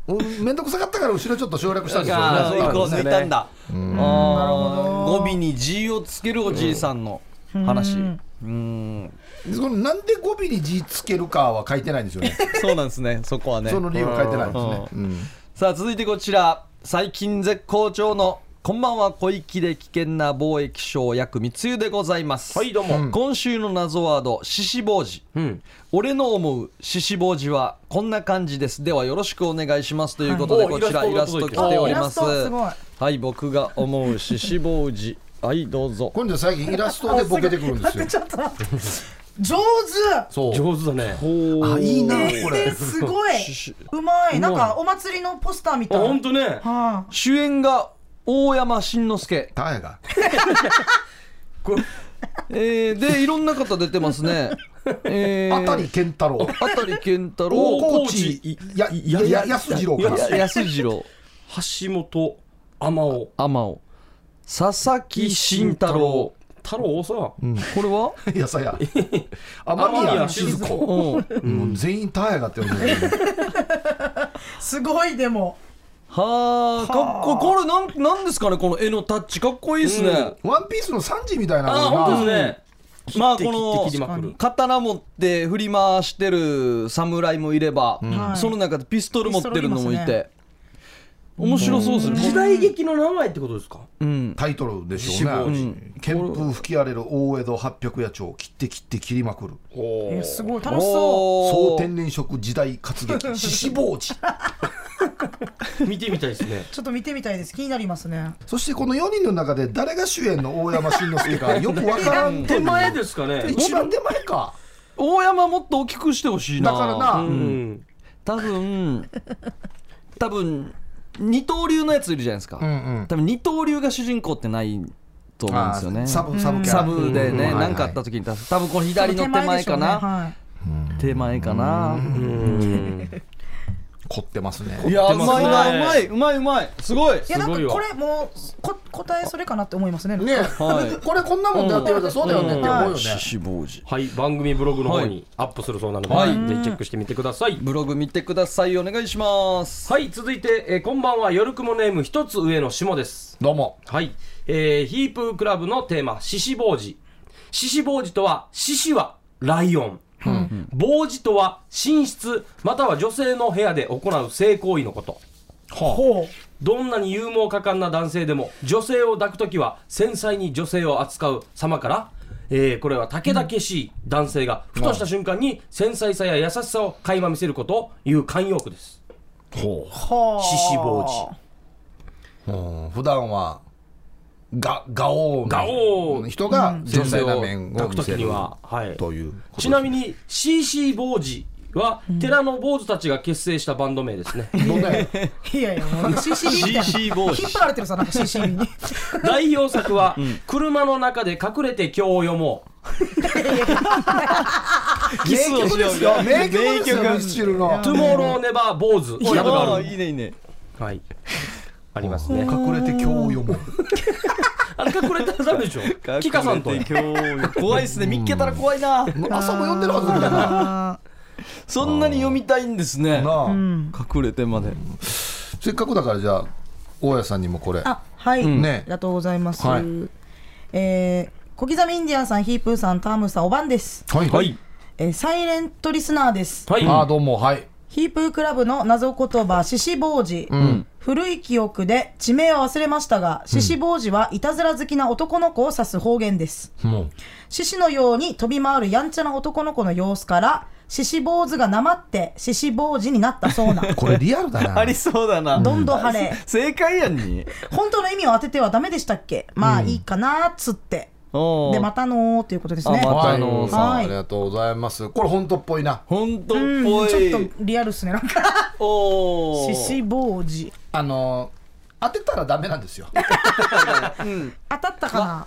C: うん面倒くさかったから後ろちょっと省略したんですよ
A: ああそういう
C: ね
A: 子を抜いたんだああ
D: ど
A: 語尾に「字をつけるおじいさんの話うん
C: そのなんで語尾に字つけるかは書いてないんですよね
A: そうなんですねそこはね
C: その理由は書いてないんですね、うん
A: さあ続いてこちら最近絶好調のこんばんは小池で危険な貿易商薬密輸でございます
B: はいどうも
C: うん
A: 今週の謎ワード獅子坊主
B: うん
A: 俺の思う獅子坊主はこんな感じですではよろしくお願いしますということで、
B: はい
A: こちら
B: お
A: イ
B: イ
A: ラ
B: ラ
A: ス
B: ス
A: ト
B: トが
A: 来
B: 届いて
A: ております
D: おイラストすごい
A: はい僕が思う獅子坊主はいどう ぞ
C: 今度最近イラストでボケてくるんですよ
D: ちょっと待って上
C: そう
B: 上手だね
C: あいい な
D: 手
C: こ
D: えー
C: れ
D: すごい
A: し
D: うまいなん
B: うま
D: かお祭りのポスターみ
B: あ
D: たい
B: 本当ね
D: はあ
A: 主演が大山慎之介、
C: タヤが
A: えー、でいろんな方出てます ねえー、
C: あたり健太郎
A: あたり健太
B: お
A: 郎
B: ー
C: 大河内や
B: い
C: や
B: や
C: や安次郎か
A: や安次郎
B: 橋本天尾
A: 天尾佐々木慎太郎
B: 太郎さ
A: これは
C: やさや天宮静子
A: うん
C: もう全員タヤがって呼んでる
D: すごいでも
A: はあかっここれなんなんですかねこの絵のタッチかっこいいですね、
B: うん
C: ワンピースのサンジみたいな
B: あ
C: の
B: 本当で
C: が
B: すね
A: まあ
B: 切って
A: こ
B: 切って切りまく
A: の
B: る
A: 刀持って振り回してる侍もいれば、
D: はい
A: その中でピストル持ってるのもい
D: ピストルい
A: て面白そうですね
B: 時代劇の名前ってことですか
A: うん
C: タイトルでしょう
B: う
C: ね憲風吹き荒れる大江戸八百野町切って切って切りまくる
D: えーすごい楽しそ
A: お
C: 総
A: ー
C: 天然色時代活 劇獅子坊主
B: 見てみたいですね
D: うちょっと見てみたいです気になりますね
C: そしてこの4人の中で誰が主演の大山慎之介 かよくわからんとい
B: 手
C: う
B: 前ですかね
C: 一番手前か
A: 大山もっと大きくしてほしいな
C: だからな
B: うん
A: 多分多分二刀流のやついるじゃないですか、
C: うん
A: 多分二刀流が主人公ってないと思うんですよ
C: あー
A: ね
C: サブサブキャラ
A: サブでね何、
C: うんはいはい
A: なんかあった時に多分多分この左の手前か
D: そ
A: な
D: の
A: 手前かな、
C: 凝ってますね
A: いやうまいなう
B: 凝ってま
A: ますいうまいうまいすごい
D: 手前でしょうねはいいや
B: す
D: なんかこ
B: ごい
D: れもうこ答えそれかなって思いますね
C: ね
A: はい
C: これこんなもんでやってるらそうだよねって思うよね
A: 獅子坊主
B: はい番組ブログの方にアップするそうなので、
A: はい
B: ぜひチェックしてみてください
A: ブログ見てくださいお願いします
B: はい続いて、えーこんばんは夜雲ネーム一つ上の下です
C: どうも
B: はい、えーヒープークラブのテーマ「獅子坊主」獅子坊主とは獅子はライオン、坊主とは寝室または女性の部屋で行う性行為のこと
D: ほ
B: どんなに勇猛果敢な男性でも女性を抱く時は繊細に女性を扱う様から、えーこれはたけだけしい男性がふとした瞬間に繊細さや優しさを垣間見せることをいう慣用句です
C: ほ
D: うほう
B: 獅子坊
C: うん普段はがガオー
B: ガオー
C: の人が
B: 主
C: 女性な面を
B: 抱く
C: 見
B: 時
C: せる
B: には、はい、
C: ということ
B: ちなみに CC 坊主は寺の坊主たちが結成したバンド名ですね
C: どんなや
D: いやいやもう CCB みたいな
A: CC 帽子
D: 引っ張られてるさなんか CCB に
B: 代表作は「車の中で隠れて今日を読も
A: キスをしようか
C: 名曲ですよミスチルの
B: う」「トゥモローネバー坊主」などがあ
A: あ
B: る
A: いいねいいね
B: はいありますね
C: 隠れて今日読む
B: あれ隠れたらダメでしょキカさんと
A: 隠れて今日怖いっすね見っけたら怖いな
C: 朝も読んでるはずみたいな
D: あ
A: そんなに読みたいんですね
C: なあ
A: 隠れてまで
C: せっかくだからじゃあ大家さんにもこれ
D: ーあはい、
C: ね
D: ありがとうございます、
C: はい
D: えー小刻みインディアンさんヒープーさんタームさんおばんです、
C: はい
B: はい
D: えーサイレントリスナーです
B: はい
C: ああどうもはい
D: ヒープークラブの謎言葉獅子坊主、古い記憶で地名は忘れましたが獅子坊主はいたずら好きな男の子を指す方言です
C: もう
D: 獅子のように飛び回るやんちゃな男の子の様子から獅子坊主がなまって獅子坊主になったそうな
C: これリアルだな
A: ありそうだな
D: どんどん晴れ
A: 正解やんに
D: 本当の意味を当ててはダメでしたっけまあいいかなっつって、
A: おー
D: でまたのーということです
A: あ
D: ね
A: またあの
C: はい
D: さん
C: ありがとうございますこれ本当っぽいな
A: 本当っ
D: う
A: ぽ
D: ん
A: い。
D: ちょっとリアルっすねなんか
A: おー
D: 獅子坊主
C: あの当てたらダメなんですよ
D: 当たったかな
A: ああ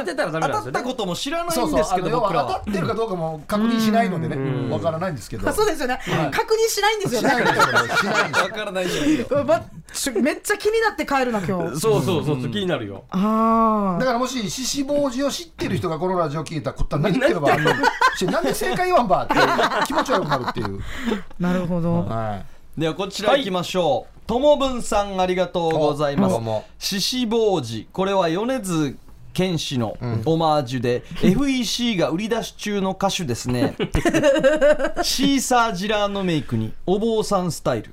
B: 当てたらダメ
A: 当た
B: なんです
A: っ
B: よね
A: たことも知らない
C: そうんそう
A: です
C: あ
A: け
C: の
A: ど
C: 要は
A: 僕ら
C: 当
A: は
C: たってるかどうかも確認しないのでねわからないんですけど
D: あそうですよね、確認しないんですよ
C: しないんで
D: ね
C: すよねしないんです
A: 分からないですよ
D: う わばちょめっちゃ気になって帰るな今日
B: そうそうそうそう気になるよ
D: あ
C: だ
D: あ
C: からもし獅子坊主を知ってる人がこのラジオ聞いたらこったら何言ってるばしなんで正解言わんばっていう気持ち悪くなるって いう
D: なるほど
C: は
A: ではこちら行きましょうともぶんさんありがとう
C: い
A: ございま
C: ど
A: す
C: うも
A: 獅子坊主これは米津玄師のオマージュで、FEC が売り出し中の歌手ですねシーサージラーノメイクにお坊さんスタイル、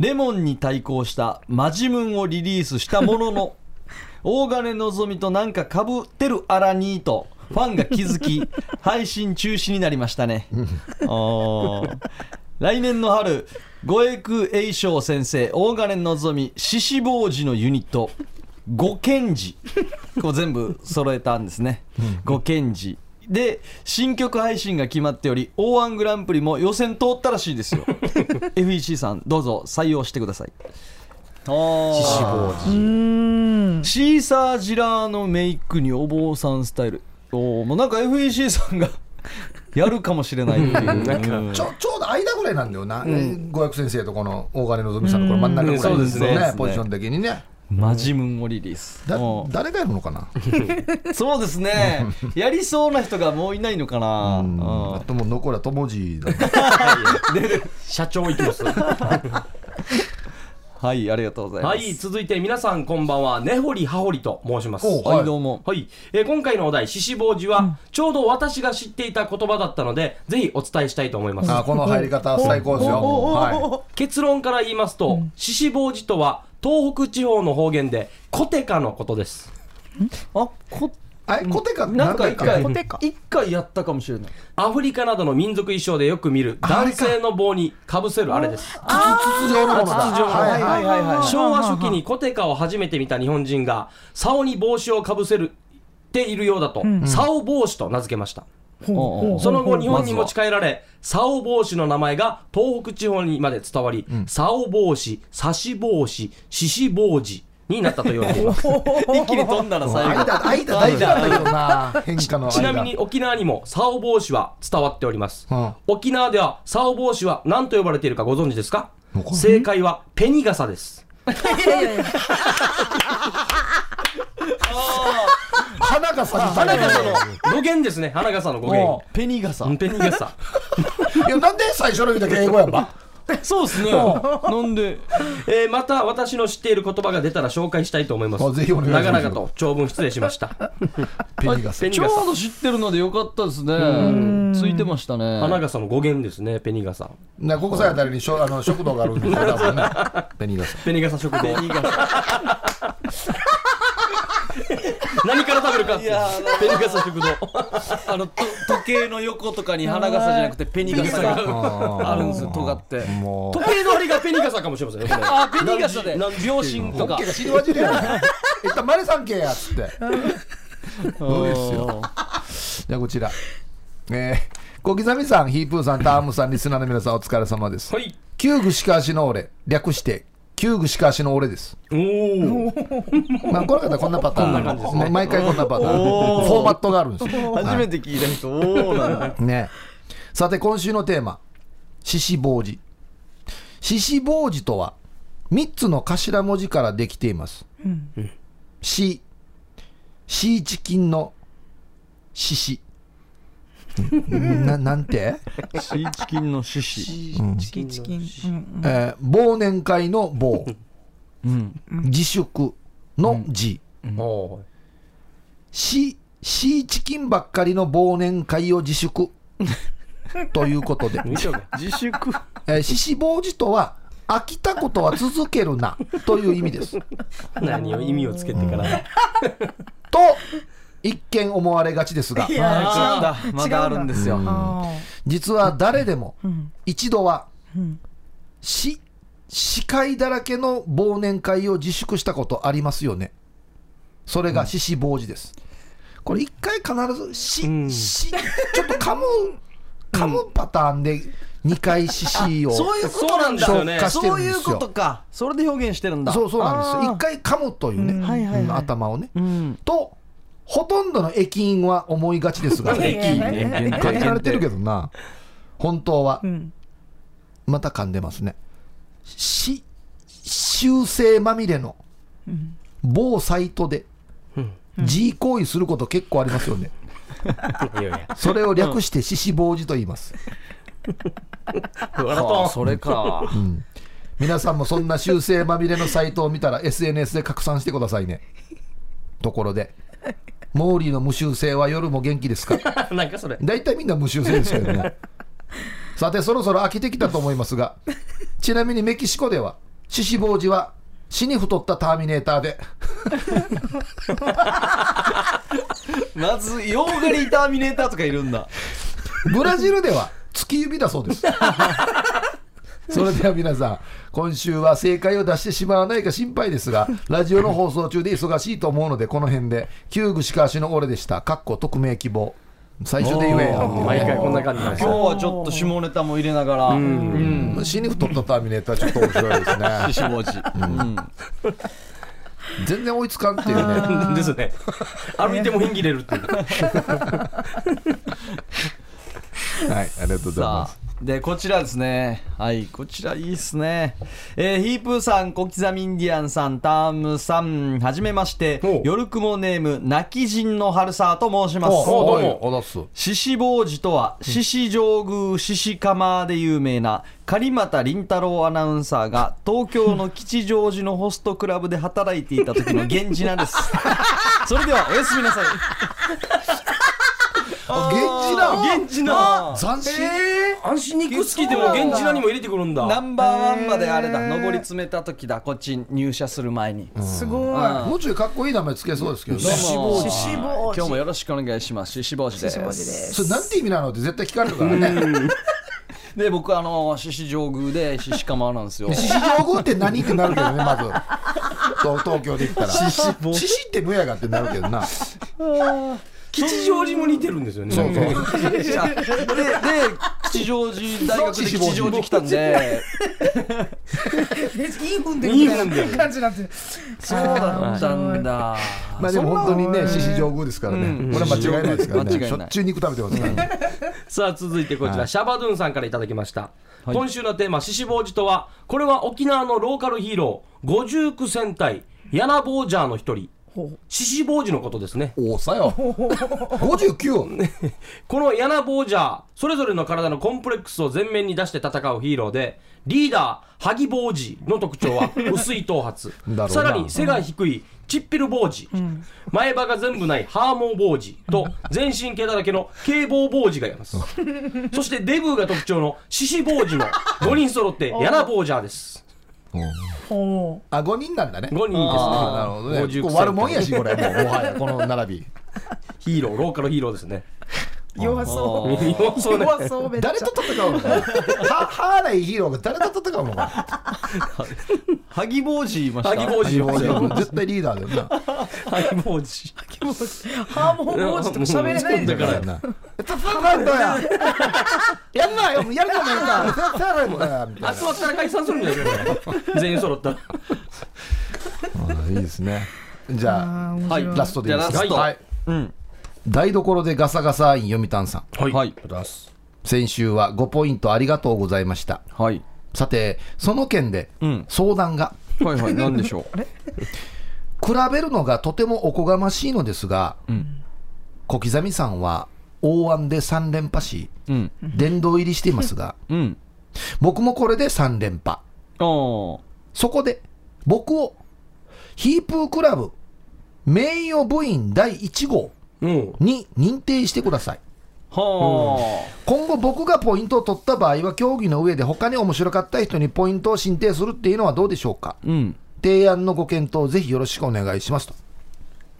A: レモンに対抗したマジムンをリリースしたものの大金のぞみとなんかかぶってるあらにーとファンが気づき配信中止になりましたねおー来年の春五栄栄翔先生大金のぞみ獅子坊寺のユニット五賢治こう全部揃えたんですね五賢治で新曲配信が決まっており O−1 グランプリも予選通ったらしい ですよ FEC さんどうぞ採用してくださいあー
C: 獅子坊主
A: シーサージラーのメイクにお坊さんスタイルおーもうなんか FEC さんが やるかもしれないっていう
B: なんか
A: うん
C: ちょちょうど間ぐらいなんだよな五百先生とこの大金のぞみさんのこの真ん中ぐらい
B: うん
C: ですよ
A: そうです
C: ね
A: ね
C: ポジション的にね
A: マジムンをリリース
C: だ
A: おー
C: 誰がやるのかな
A: そうです ねやりそうな人がもういないのかな
C: うん
A: うん
C: あともう残りは友字だ
B: 社長いきます
A: はいありがとうございま
B: は
A: す
B: い、続いて皆さんこんばんは、根掘り葉掘りと申します。
C: お
B: は
A: はいどうも
B: い、えー今回のお題、獅子坊主は、ちょうど私が知っていた言葉だったので、ぜひお伝えしたいと思います。
C: あこの入り方は最高ですよは
B: 結論から言いますと、獅子坊主とは、東北地方の方言で、コテカのことです。
A: あこ
C: いあれコテカ
A: なんか一回
D: コテか
A: 一回やったかもしれない
B: アフリカなどの民族衣装でよく見る男性の棒にかぶせるあれです。
C: 筒状のものだ
B: 筒状の
C: はいはいはい
D: はいはい
B: 昭和初期にコテカを初めて見た日本人が竿に帽子をかぶせるているようだと、竿帽子と名付けました。
A: おー
B: その 後日本に持ち帰られ、竿帽子の名前が東北地方にまで伝わり、竿帽子、刺し帽子、獅子帽子になったと言われてい ます。
A: 一気に飛んだら最後
C: 間間大事なんだけどな変化の間
B: ちなみに沖縄にも竿帽子は伝わっております。
C: うん
B: 沖縄では竿帽子は何と呼ばれているかご存知ですか
C: わかんない
B: 正解はペニガサです。
D: いやいやいや
C: 花が咲きたい
B: 花笠の語源ですね、花笠の語源。
A: ペニガサ
B: ペニガサ。
C: いやなんで最初の日だけ英語やんば
A: そうですねなんで
B: えーまた私の知っている言葉が出たら紹介したいと思いま
C: あ
B: す。
C: ぜひお願いします
B: 長々と長文失礼しました。
C: ペニガス
B: ペニ
A: ちょ
B: ガサ
A: う。ど知ってるのでよかったですねついてましたね
B: 花笠の語源ですね、ペニガサ。
C: な国際あたりにしょあの食堂があるんですよ多 分ねペニガス
B: ペニガサ食堂。何から食べるかっていう
A: いやー
B: ペニガサ食堂。
A: あのと時計の横とかに花笠じゃなくてペニガサが
C: あ
A: あるんですよ尖って
C: もう
B: 時計の針がペニガサかもしれませんね。これ
A: あペニガサで秒針とか
C: ホッケが死にわじるやん一旦マレさんけやっつって
A: そう
C: ですよじゃあこちらえー小刻みさんヒープーさんタームさんリスナーの皆さんお疲れ様です
B: はい。
C: 旧具しか足の俺略して旧具しか足の俺です
B: おー
C: まあこの方こんなパターン
B: こんな感じですね
C: ま毎回こんなパターン
A: おー
C: フォーマットがあるんですよ
A: 初めて聞いた人おおなんだ
C: ねさて今週のテーマ獅子坊寺獅子坊寺とは3つの頭文字からできています「し、シーチキンの獅子ななんて、
A: シーチキンの獅子
D: チキンチキンうん
C: えー忘年会の棒
A: うん
C: 自粛の字、
B: おー
C: し、シーチキンばっかりの忘年会を自粛ということで
B: 見ちゃうか
A: 自粛
C: えー獅子坊寺とは飽きたことは続けるなという意味です。
B: 何を意味をつけてから。
C: と一見思われがちですが
D: いや
A: あ
D: 違
A: ー
D: う
A: まだあるんですよ
D: あ
C: 実は誰でも
D: ん
C: 一度は死司会だらけの忘年会を自粛したことありますよね。それが獅子坊寺です。これ一回必ずし、
B: うん
C: しちょっと噛む噛むパターンで二回ししを
A: そういうことなんだ
B: そうなんですよね
A: そういうことかそれで表現してるんだ
C: そうそうなんです
A: あー
C: 一回噛むというね、
D: うん
A: はいはいはい
C: うん頭をね、
A: うん
C: とほとんどの駅員は思いがち ですが
B: 駅員ね限定
C: 限られてるけどな本当は
D: うん
C: また噛んでますねし修正まみれの
D: うん
C: 某サイトで
B: うん、
C: G 行為すること結構ありますよね
B: いやいや
C: それを略して獅子坊寺と言います、
B: 笑
A: はあ
B: っ
A: それか
C: うん皆さんもそんな修正まみれのサイトを見たら SNS で拡散してくださいねところでモーリーの無修正は夜も元気ですか
B: た なんかそれ
C: 大体みんな無修正ですけどねさてそろそろ飽きてきたと思いますがちなみにメキシコでは獅子坊寺は死に太ったターミネーターで
A: まずヨーガリーターミネーターとかいるんだ
C: ブラジルでは月指だそうですそれでは皆さん今週は正解を出してしまわないか心配ですがラジオの放送中で忙しいと思うのでこの辺で旧具しかしの俺でしたかっこ匿名希望最初で言えや
A: おー
B: 毎回こんな感じなんです
A: 今日
B: よ
A: はちょっと下ネタも入れながら
B: ん
A: うん
C: 死に太ったターミネーターちょっと面白いですね
A: 獅子王子うん
C: 全然追いつかんっていうね
B: ですね歩いても変切れるっていう
C: はい、ありがとうございま
A: さ
C: す。
A: あでこちらですねはいこちらいいっすね、えーヒープーさん小刻みインディアンさんタームさんはじめまして
B: おう
A: 夜雲ネーム泣き人の春沢と申します
B: おうどうも
C: おだす。
A: 獅子坊寺とは獅子上宮獅子釜で有名な狩俣倫太郎アナウンサーが東京の吉祥寺のホストクラブで働いていた時の源氏 なんですそれではおやすみなさい
C: あ、源氏だ。
A: 源氏な
C: 斬新。
B: 安心にくっつきでも現地何も入れてくるんだ
A: ナンバーワンまであれだ上り詰めた時だこっち入社する前に
D: すごい
A: うん
C: もうちょいかっこいい名前つけそうですけどね
A: どう。も
D: 獅子坊主
A: 今日もよろしくお願いします獅子坊主で
D: 獅子坊主です
C: それなんて意味なのって絶対聞かれるからね。
A: で僕あの獅子上宮で獅子釜なん ですよ
C: 獅子上宮って何ってなるけどね、まず。と東京で言ったら。獅子って無やがってなるけどな。そ
B: 吉祥寺も似てるんですよね
C: うそう。
A: でで吉祥寺大学で吉祥寺来たん で
D: いい踏んでるみた
B: いい踏んで
D: い
B: る
D: な感じになってる
A: そうだったんだ
C: まあでも本当にね、獅子上宮ですから
A: うん
C: ね。これは間違いないですから
A: 間違いな
C: ね。
A: い
C: しょっちゅう肉食べてますからね。
B: さあ続いてこちら、シャバドゥンさんからいただきました、
A: はい
B: 今週のテーマ「獅子坊寺」とはこれは沖縄のローカルヒーロー五十九戦隊ヤナボージャーの一人獅子坊寺のことですね
C: おさよ。五十九。
B: このヤナボージャーそれぞれの体のコンプレックスを前面に出して戦うヒーローでリーダーハギボージの特徴は薄い頭
C: だろうな
B: 髪さらに背が低いチッピルボージ、前歯が全部ないハーモーボージと全身毛だらけの警棒ボージがいますそしてデブーが特徴の獅子ボージの5人揃ってヤナボージャーです
D: ほ
C: あ、五人なんだね。
B: 5人
C: あなるほどね。
B: ですね
C: こ
B: 59
C: れ悪もんやし、これ。もうもはや、 この並び。
B: ヒーローローカルヒーローですね
D: う弱そ
A: あー
D: う
B: そうね
D: 弱そうめっちゃ
C: 誰と戦う のかなハハーレイヒーローが誰と戦うのか
A: ハギボージいました
B: ハギボージ
C: な絶対リーダーだよな
B: ハギボージ
D: ハーモン王子とか喋れないで
B: だから
D: しょ
B: や
C: な戦うんだよやんなよやるじゃないか戦うんだよみたい
B: 集まったら解散するんじゃないかな全員揃ったら
C: ないいですねじゃあ
A: はい
C: ラストでいいです
A: じゃあラス
C: か
A: ト
C: はい
A: うん
C: 台所でガサガサイン読谷さん
A: はいはい
C: 先週は5ポイントありがとうございました
A: はい
C: さてその件で
A: うん
C: 相談が
A: はい何でしょう
C: 比べるのがとてもおこがましいのですが
A: うん
C: 小刻みさんは大安で3連覇し
A: うん
C: 殿堂入りしていますが
A: うん
C: 僕もこれで3連覇
A: お
C: そこで僕をヒープークラブ名誉部員第1号
B: うん
C: に認定してください
A: は
C: 今後僕がポイントを取った場合は競技の上で他に面白かった人にポイントを申請するっていうのはどうでしょうか
A: あうん
C: 提案のご検討をぜひよろしくお願いしますと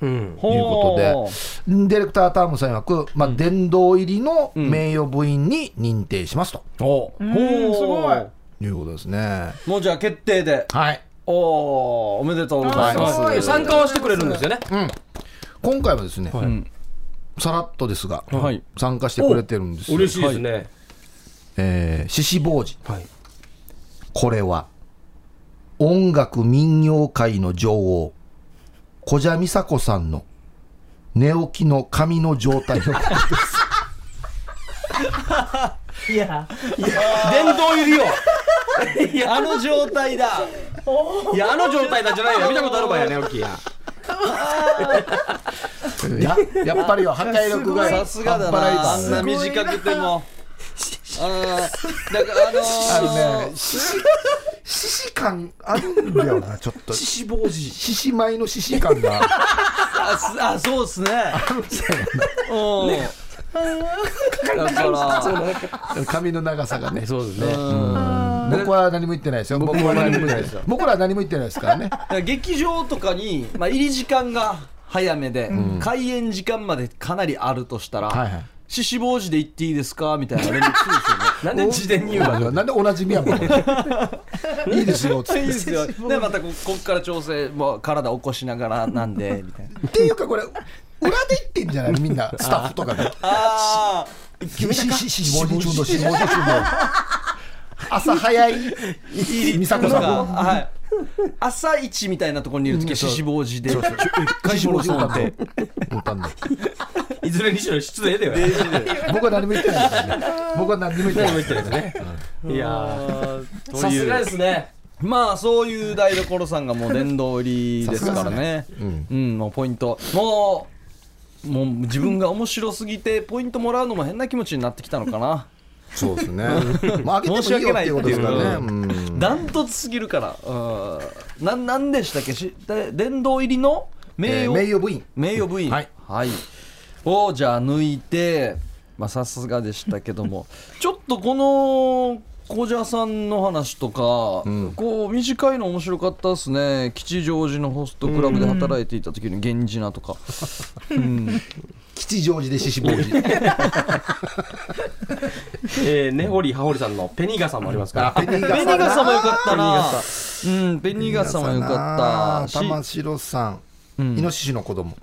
B: うん
A: ほ
C: いうことでんディレクタータームさん曰く、まあ、殿堂入りの名誉部員に認定しますと
B: お
A: う
D: うんすごい
C: いうことですね
A: もうじゃあ決定で
C: はい
A: おおおめでとうござい
D: あー
A: ます
D: ごい
B: 参加はしてくれるんですよね
C: 今回はですね、
A: ん
C: さらっとですが、
A: はい
C: 参加してくれてるんですよ
B: 嬉しいですね。
C: えー獅子坊寺
B: はい。
C: これは音楽民謡界の女王小蛇美佐子さんの寝起きの髪の状態のことです
D: いや
B: 殿堂入りよ。いや、
A: あの状態だ
B: いやあの状態なんじゃないよ。見たことあるばやね、おきや。
C: や やっぱりよ破壊力が
A: さすがだ
C: 半
A: なあ
C: 端
A: ん
C: ない
A: な
C: わ
A: 短くてもあーだからあの
C: あ
A: ー
C: のね獅子獅子感あるんだよ なちょっと
B: 獅子坊寺。
C: 獅子舞の獅子感が
A: あすあそうっすねうんだから
C: 髪の長さが ね
B: そうですね。
C: 僕は何も言ってないですよ僕は何も言ってないですよ僕らは何も言ってないですからね
A: だから劇場とかに、まあ、入り時間が早めで、開演時間までかなりあるとしたら
C: はいはい
A: 「獅子坊寺で行っていいですか?」みたいな連絡来るんですよね
B: なんで事前に言うわけ。
C: なんでおなじみや もんいいですよつ
A: い
C: っ
A: い
C: て
A: ですよでまたここっから調整、まあ、体起こしながらなんでみたいな
C: っていうかこれ裏で言ってんじゃないみんなスタッフとかで
A: あ
C: ししししし文字中のし文字中の朝早い美佐
A: あなん
C: 子さん
A: か
C: も
A: はい朝一みたいなところにいる時は獅子坊寺で
C: しし文字
A: さ
C: 歌
A: ん
C: っ
A: ってて
C: 歌うんだ
B: いずれにしろ失礼だよ。
C: 僕は何も言ってないですよね僕は何も言ってないですよね
B: いやーさすがですね。
A: まあそういう台所さんがもう殿堂入りですからねうん、もうポイントもうもう自分が面白すぎてポイントもらうのも変な気持ちになってきたのかな
C: そうですねまああげてもいいよっていうことですからねうん
A: ダントツすぎるからうんななんでしたっけしで殿堂入りの名
C: えー
A: 誉、
C: 名誉部員
A: 名誉部員
C: はい、
A: はい、をじゃあ抜いてまあさすがでしたけど もちょっとこの小蛇さんの話とか、こう短いの面白かったですね吉祥寺のホストクラブで働いていた時の源氏名とか、
C: 吉祥寺で獅子坊寺
B: えー、根掘り葉掘りさんのペニガさんもありますから。
C: ペニ
A: ペニガ様よかったな
B: ペニガ
A: うんペニガ様よかったし
C: 玉城さんイノシシの子供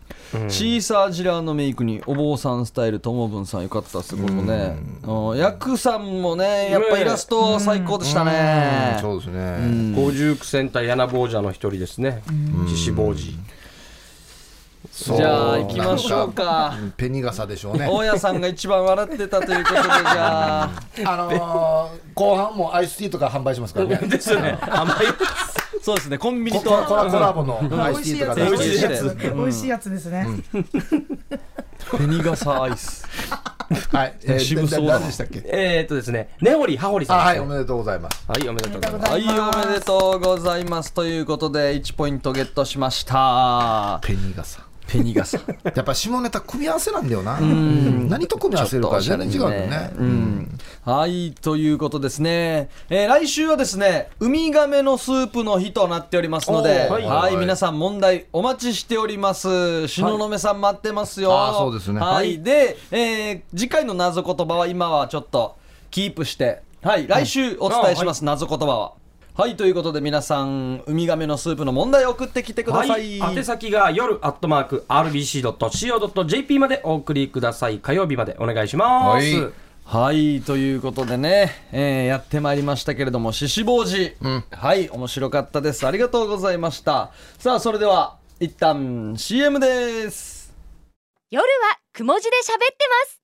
A: シーサージラーのメイクにお坊さんスタイル友分さんよかったですこれもねうんヤクさんもねやっぱイラスト最高でしたね
C: そうですね
B: 五十九戦隊柳坊者の一人ですね。獅子坊寺。
C: そう
A: じゃあ行きましょうか
C: なんペニガサでしょうね
A: 大家さんが一番笑ってたということでじゃあ
C: あのー、後半もアイスティーとか販売しますからね。
B: ですよね。甘い。
A: そうですねコンビニ
C: コ
A: と
C: コラコラボのアイスティーとか
D: 美
A: 味
C: 出
A: しい
C: し
A: や
C: て
A: つ
D: 美味しいやつですね
A: ペニガサアイス
C: はい、えー、
A: 渋そうだな
C: 何でしたっけ
B: えーっとですね、根掘り葉掘り
C: あ、
B: さん。
C: はい、おめでとうございます。
B: はい、おめでとうございます。
A: はいおめでとうございますということで1ポイントゲットしました
C: ペニガサ。
A: ペニガサ
C: やっぱ下ネタ組み合わせなんだよな。何と組み合わせるか全然違うんだよね。
A: うんはいということですね、えー来週はですねウミガメのスープの日となっておりますので
B: おー
A: は
B: はいい
A: 皆さん問題お待ちしております東雲さん待ってますよ、
C: あーそうですね
A: はい、
C: はい
A: で、えー次回の謎言葉は今はちょっとキープしてはい来週お伝えします、謎言葉ははいということで皆さんウミガメのスープの問題を送ってきてくださ、
B: はいい、宛先が夜アットマーク RBC.CO.JP までお送りください火曜日までお願いしま
C: はい
B: す、
A: はいということでね、えーやってまいりましたけれども獅子坊寺、はい面白かったですありがとうございましたさあそれでは一旦 CM です
E: 夜はくも字で喋ってます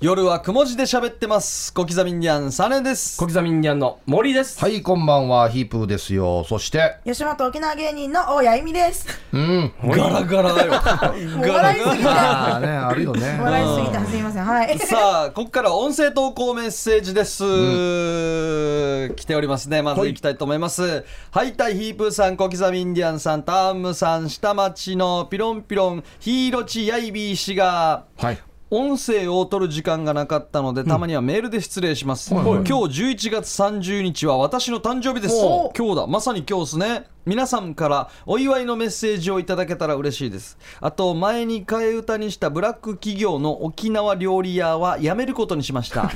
A: 夜はくも字で喋ってます小刻みインディアンサネです
B: 小刻みインディアンの森です、
C: はい、こんばんは、ヒープーですよ。そして、
D: 吉本沖縄芸人の大谷由美です
C: うん。
A: ガラガ ラよ
D: もう笑いすぎて
C: まあね、あるよね。
D: 笑いすぎてすみませんはい
A: さあここから音声投稿メッセージです、来ておりますねまずいきたいと思いますハイタイヒープーさん小刻みインディアンさんタームさん下町のピロンピロンヒーロチヤイビー氏が
C: はい。
A: 音声を取る時間がなかったので、たまにはメールで失礼します、今日11月30日は私の誕生日です
D: お
A: 今日だまさに今日ですね皆さんからお祝いのメッセージをいただけたら嬉しいですあと前に替え歌にしたブラック企業の沖縄料理屋はやめることにしました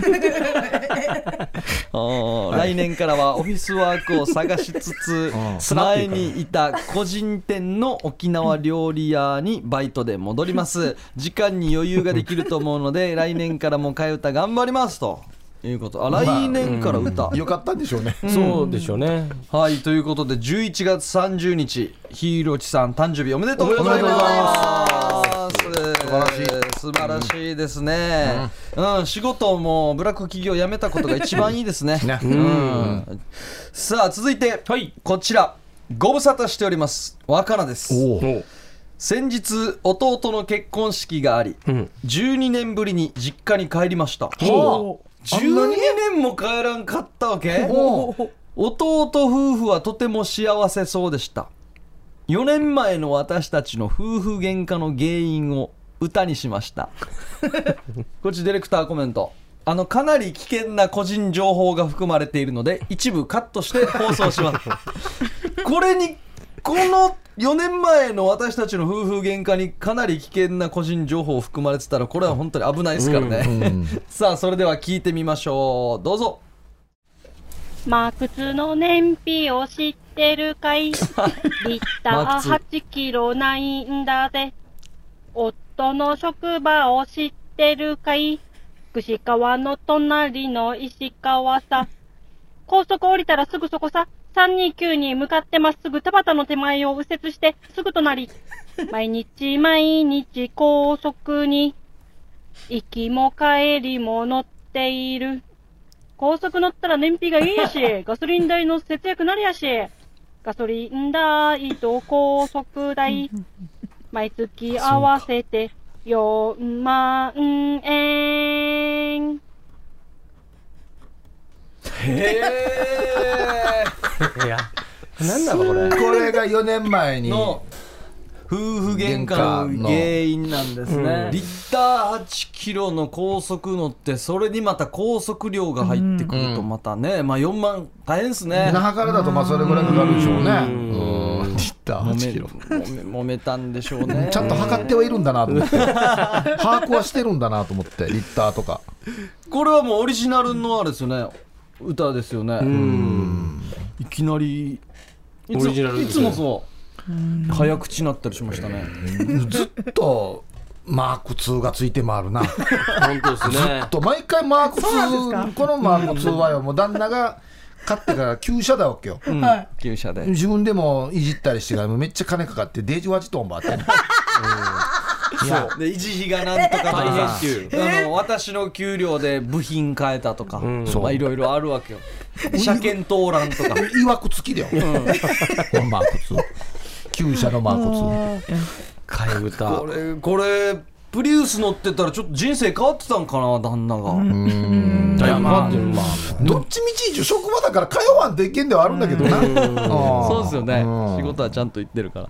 A: おー来年からはオフィスワークを探しつつ
C: うん
A: 前にいた個人店の沖縄料理屋にバイトで戻ります時間に余裕ができると思うので来年からも替え歌頑張りますということあ来年から歌、
C: よかったんでしょうね。
B: そうでしょうね。
A: はいということで11月30日ひいろちさん誕生日おめでとうござい
B: おめでとうござい
A: ます素
C: 晴らしい
A: 素晴らしいですね、うん仕事もブラック企業辞めたことが一番いいです ね
C: ね
A: うん、さあ続いて、
B: はい
A: こちらご無沙汰しております若菜です
C: おお。
B: も
A: 先日弟の結婚式があり
B: う、うん。
A: 12年ぶりに実家に帰りました
B: ほ
A: 12年も帰らんかったわけ
C: おう
A: 弟夫婦はとても幸せそうでした4年前の私たちの夫婦喧嘩の原因を歌にしましたこっちディレクターコメントあのかなり危険な個人情報が含まれているので一部カットして放送しますこれにこの4年前の私たちの夫婦喧嘩にかなり危険な個人情報を含まれてたらこれは本当に危ないですからね、さあそれでは聞いてみましょうどうぞ
F: マックスの燃費を知ってるかいリッタ
A: マッ
F: ー
A: クス
F: 8キロないんだぜ。夫の職場を知ってるかい串川の隣の石川さ。高速降りたらすぐそこさ。329に向かってまっすぐ田畑の手前を右折してすぐ隣。毎日毎日高速に行きも帰りも乗っている。高速乗ったら燃費がいいやし、ガソリン代の節約なりやし、ガソリン代と高速代、毎月合わせて4万円。
A: へー
B: う。いや、なんだろうこれ。
C: これが4年前に。
A: の夫婦喧嘩の原因なんですね、
B: うん
A: リッター8キロの高速乗ってそれにまた高速量が入ってくると
C: うん
A: またね、まあ4万大変ですね
C: 那覇からだとまあそれぐらいかかるでしょうね。うん。リッター
A: 揉
C: 8
A: め
C: キロ。
A: 揉め揉めたんでしょうね
C: ちゃんと測ってはいるんだなと思 って。把握はしてるんだなと思って、リッターとか。
A: これはもうオリジナルのあれですよね歌ですよね、
B: うん。
A: いきなりい
B: オ
A: つ
B: リジナル
A: い
B: で
A: つ
B: すね
A: もそう早口なったりしましたね、
C: ずっと、マーク2がついて回るな。
B: 本当 ですね。
C: と毎回マーク
D: そうなんで
C: 2このマーク2はよもう旦那が買ってから旧車だわけよ
A: うん
D: はい
A: 旧車で
C: 自分でもいじったりしてからもうめっちゃ金かかってデージワジトンバーってねいや
A: で維持費がなんとかとか
B: 大変って
A: あの私の給料で部品変えたとか、
B: ん
A: まあいろいろあるわけよ車検通らんとか
C: いわくつきだよ、このマーク2旧車のマーク2
B: 替え歌
A: こ。れこれプリウス乗ってたらちょっと人生変わってたんかな旦那が、
B: いや、まあ、まあ。
C: どっちみち一緒職場だから通わんといけんではあるんだけどな
A: そ
C: そう
A: ですよね仕事はちゃんと言ってるから、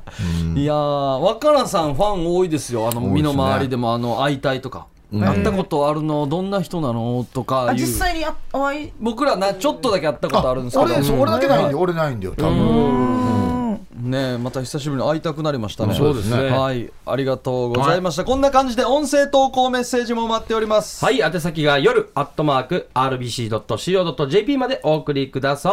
A: いやー若菜さんファン多いですよあの
C: 多いですね
A: 身の回りでもあの会いたいとか、会ったことあるのどんな人なのとか
D: あ
A: いう
D: 実際にあお会い
A: 僕らなちょっとだけ会ったことあるんですけど
C: 俺そう俺だけないんだよ俺ないんだよ多分
A: ねえまた久しぶりに会いたくなりましたね。
C: そうですね
A: はい、ありがとうございました。こんな感じで音声投稿メッセージも待っております。
B: はい、宛先が夜、アットマーク、rbc.co.jp までお送りくださ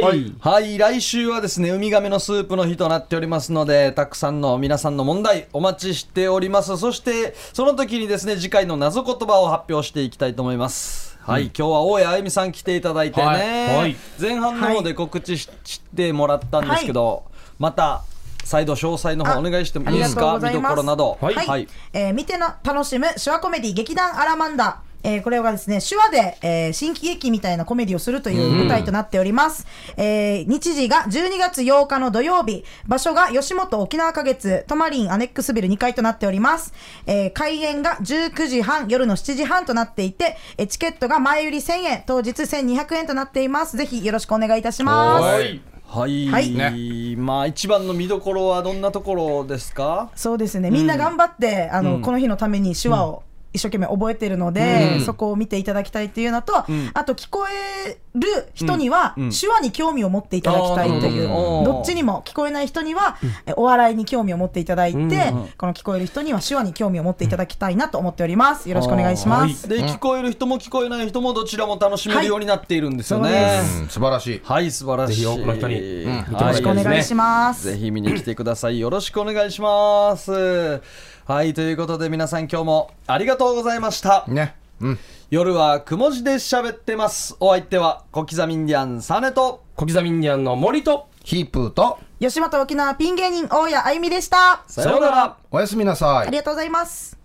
B: い。はい。
A: はい、来週はですね、ウミガメのスープの日となっておりますので、たくさんの皆さんの問題お待ちしております。そして、その時にですね、次回の謎言葉を発表していきたいと思います。はい、今日は大谷あゆみさん来ていただいてね、
B: はいはい
A: 前半の方で告知し,、てもらったんですけど、また、再度詳細の方お願いしてもいいですか
D: あり
A: 見ど
D: がとうございます
A: ころなど。
D: はい、えー見てな楽しむ手話コメディ劇団アラマンダ、えーこれがですね手話で、えー新喜劇みたいなコメディをするという舞台となっております、えー日時が12月8日の土曜日場所が吉本沖縄花月トマリンアネックスビル2階となっております、えー開演が19時半夜の7時半となっていて、えーチケットが前売り1000円当日1200円となっていますぜひよろしくお願いいたします
B: はい。
A: はい、
D: はい
A: まあ一番の見どころはどんなところですか
D: そうですねみんな頑張って、あのこの日のために手話を一生懸命覚えてるので、
A: うん
D: そこを見ていただきたいっていうのと、
A: うん
D: あと聞こえる人には、
A: うんうん
D: 手話に興味を持っていただきたいとい
A: あーなる
D: う、
A: ほど
D: どっちにも聞こえない人には、えお笑いに興味を持っていただいて、
B: うん
A: うん
D: この聞こえる人には手話に興味を持っていただきたいなと思っております。よろしくお願いします。
A: で聞こえる人も聞こえない人もどちらも楽しめるようになっているんですよね、
D: はいそうで
C: うん素晴らしい。
A: はい、素晴らしい。
B: ぜひ多くの人に
A: うん
C: 見て
D: よろしくお願いします。
A: ぜひ見に来てください。よろしくお願いします。はい、ということで皆さん今日もありがとうございました。
C: ね。うん。
A: 夜はくも字で喋ってます。お相手は小刻みインディアンサネと。
B: 小刻みインディアンの森と
C: ヒープーと、
D: 吉本沖縄ピン芸人大谷あゆみでした。
A: さようなら。
C: おやすみなさい
D: あり。がとうございます。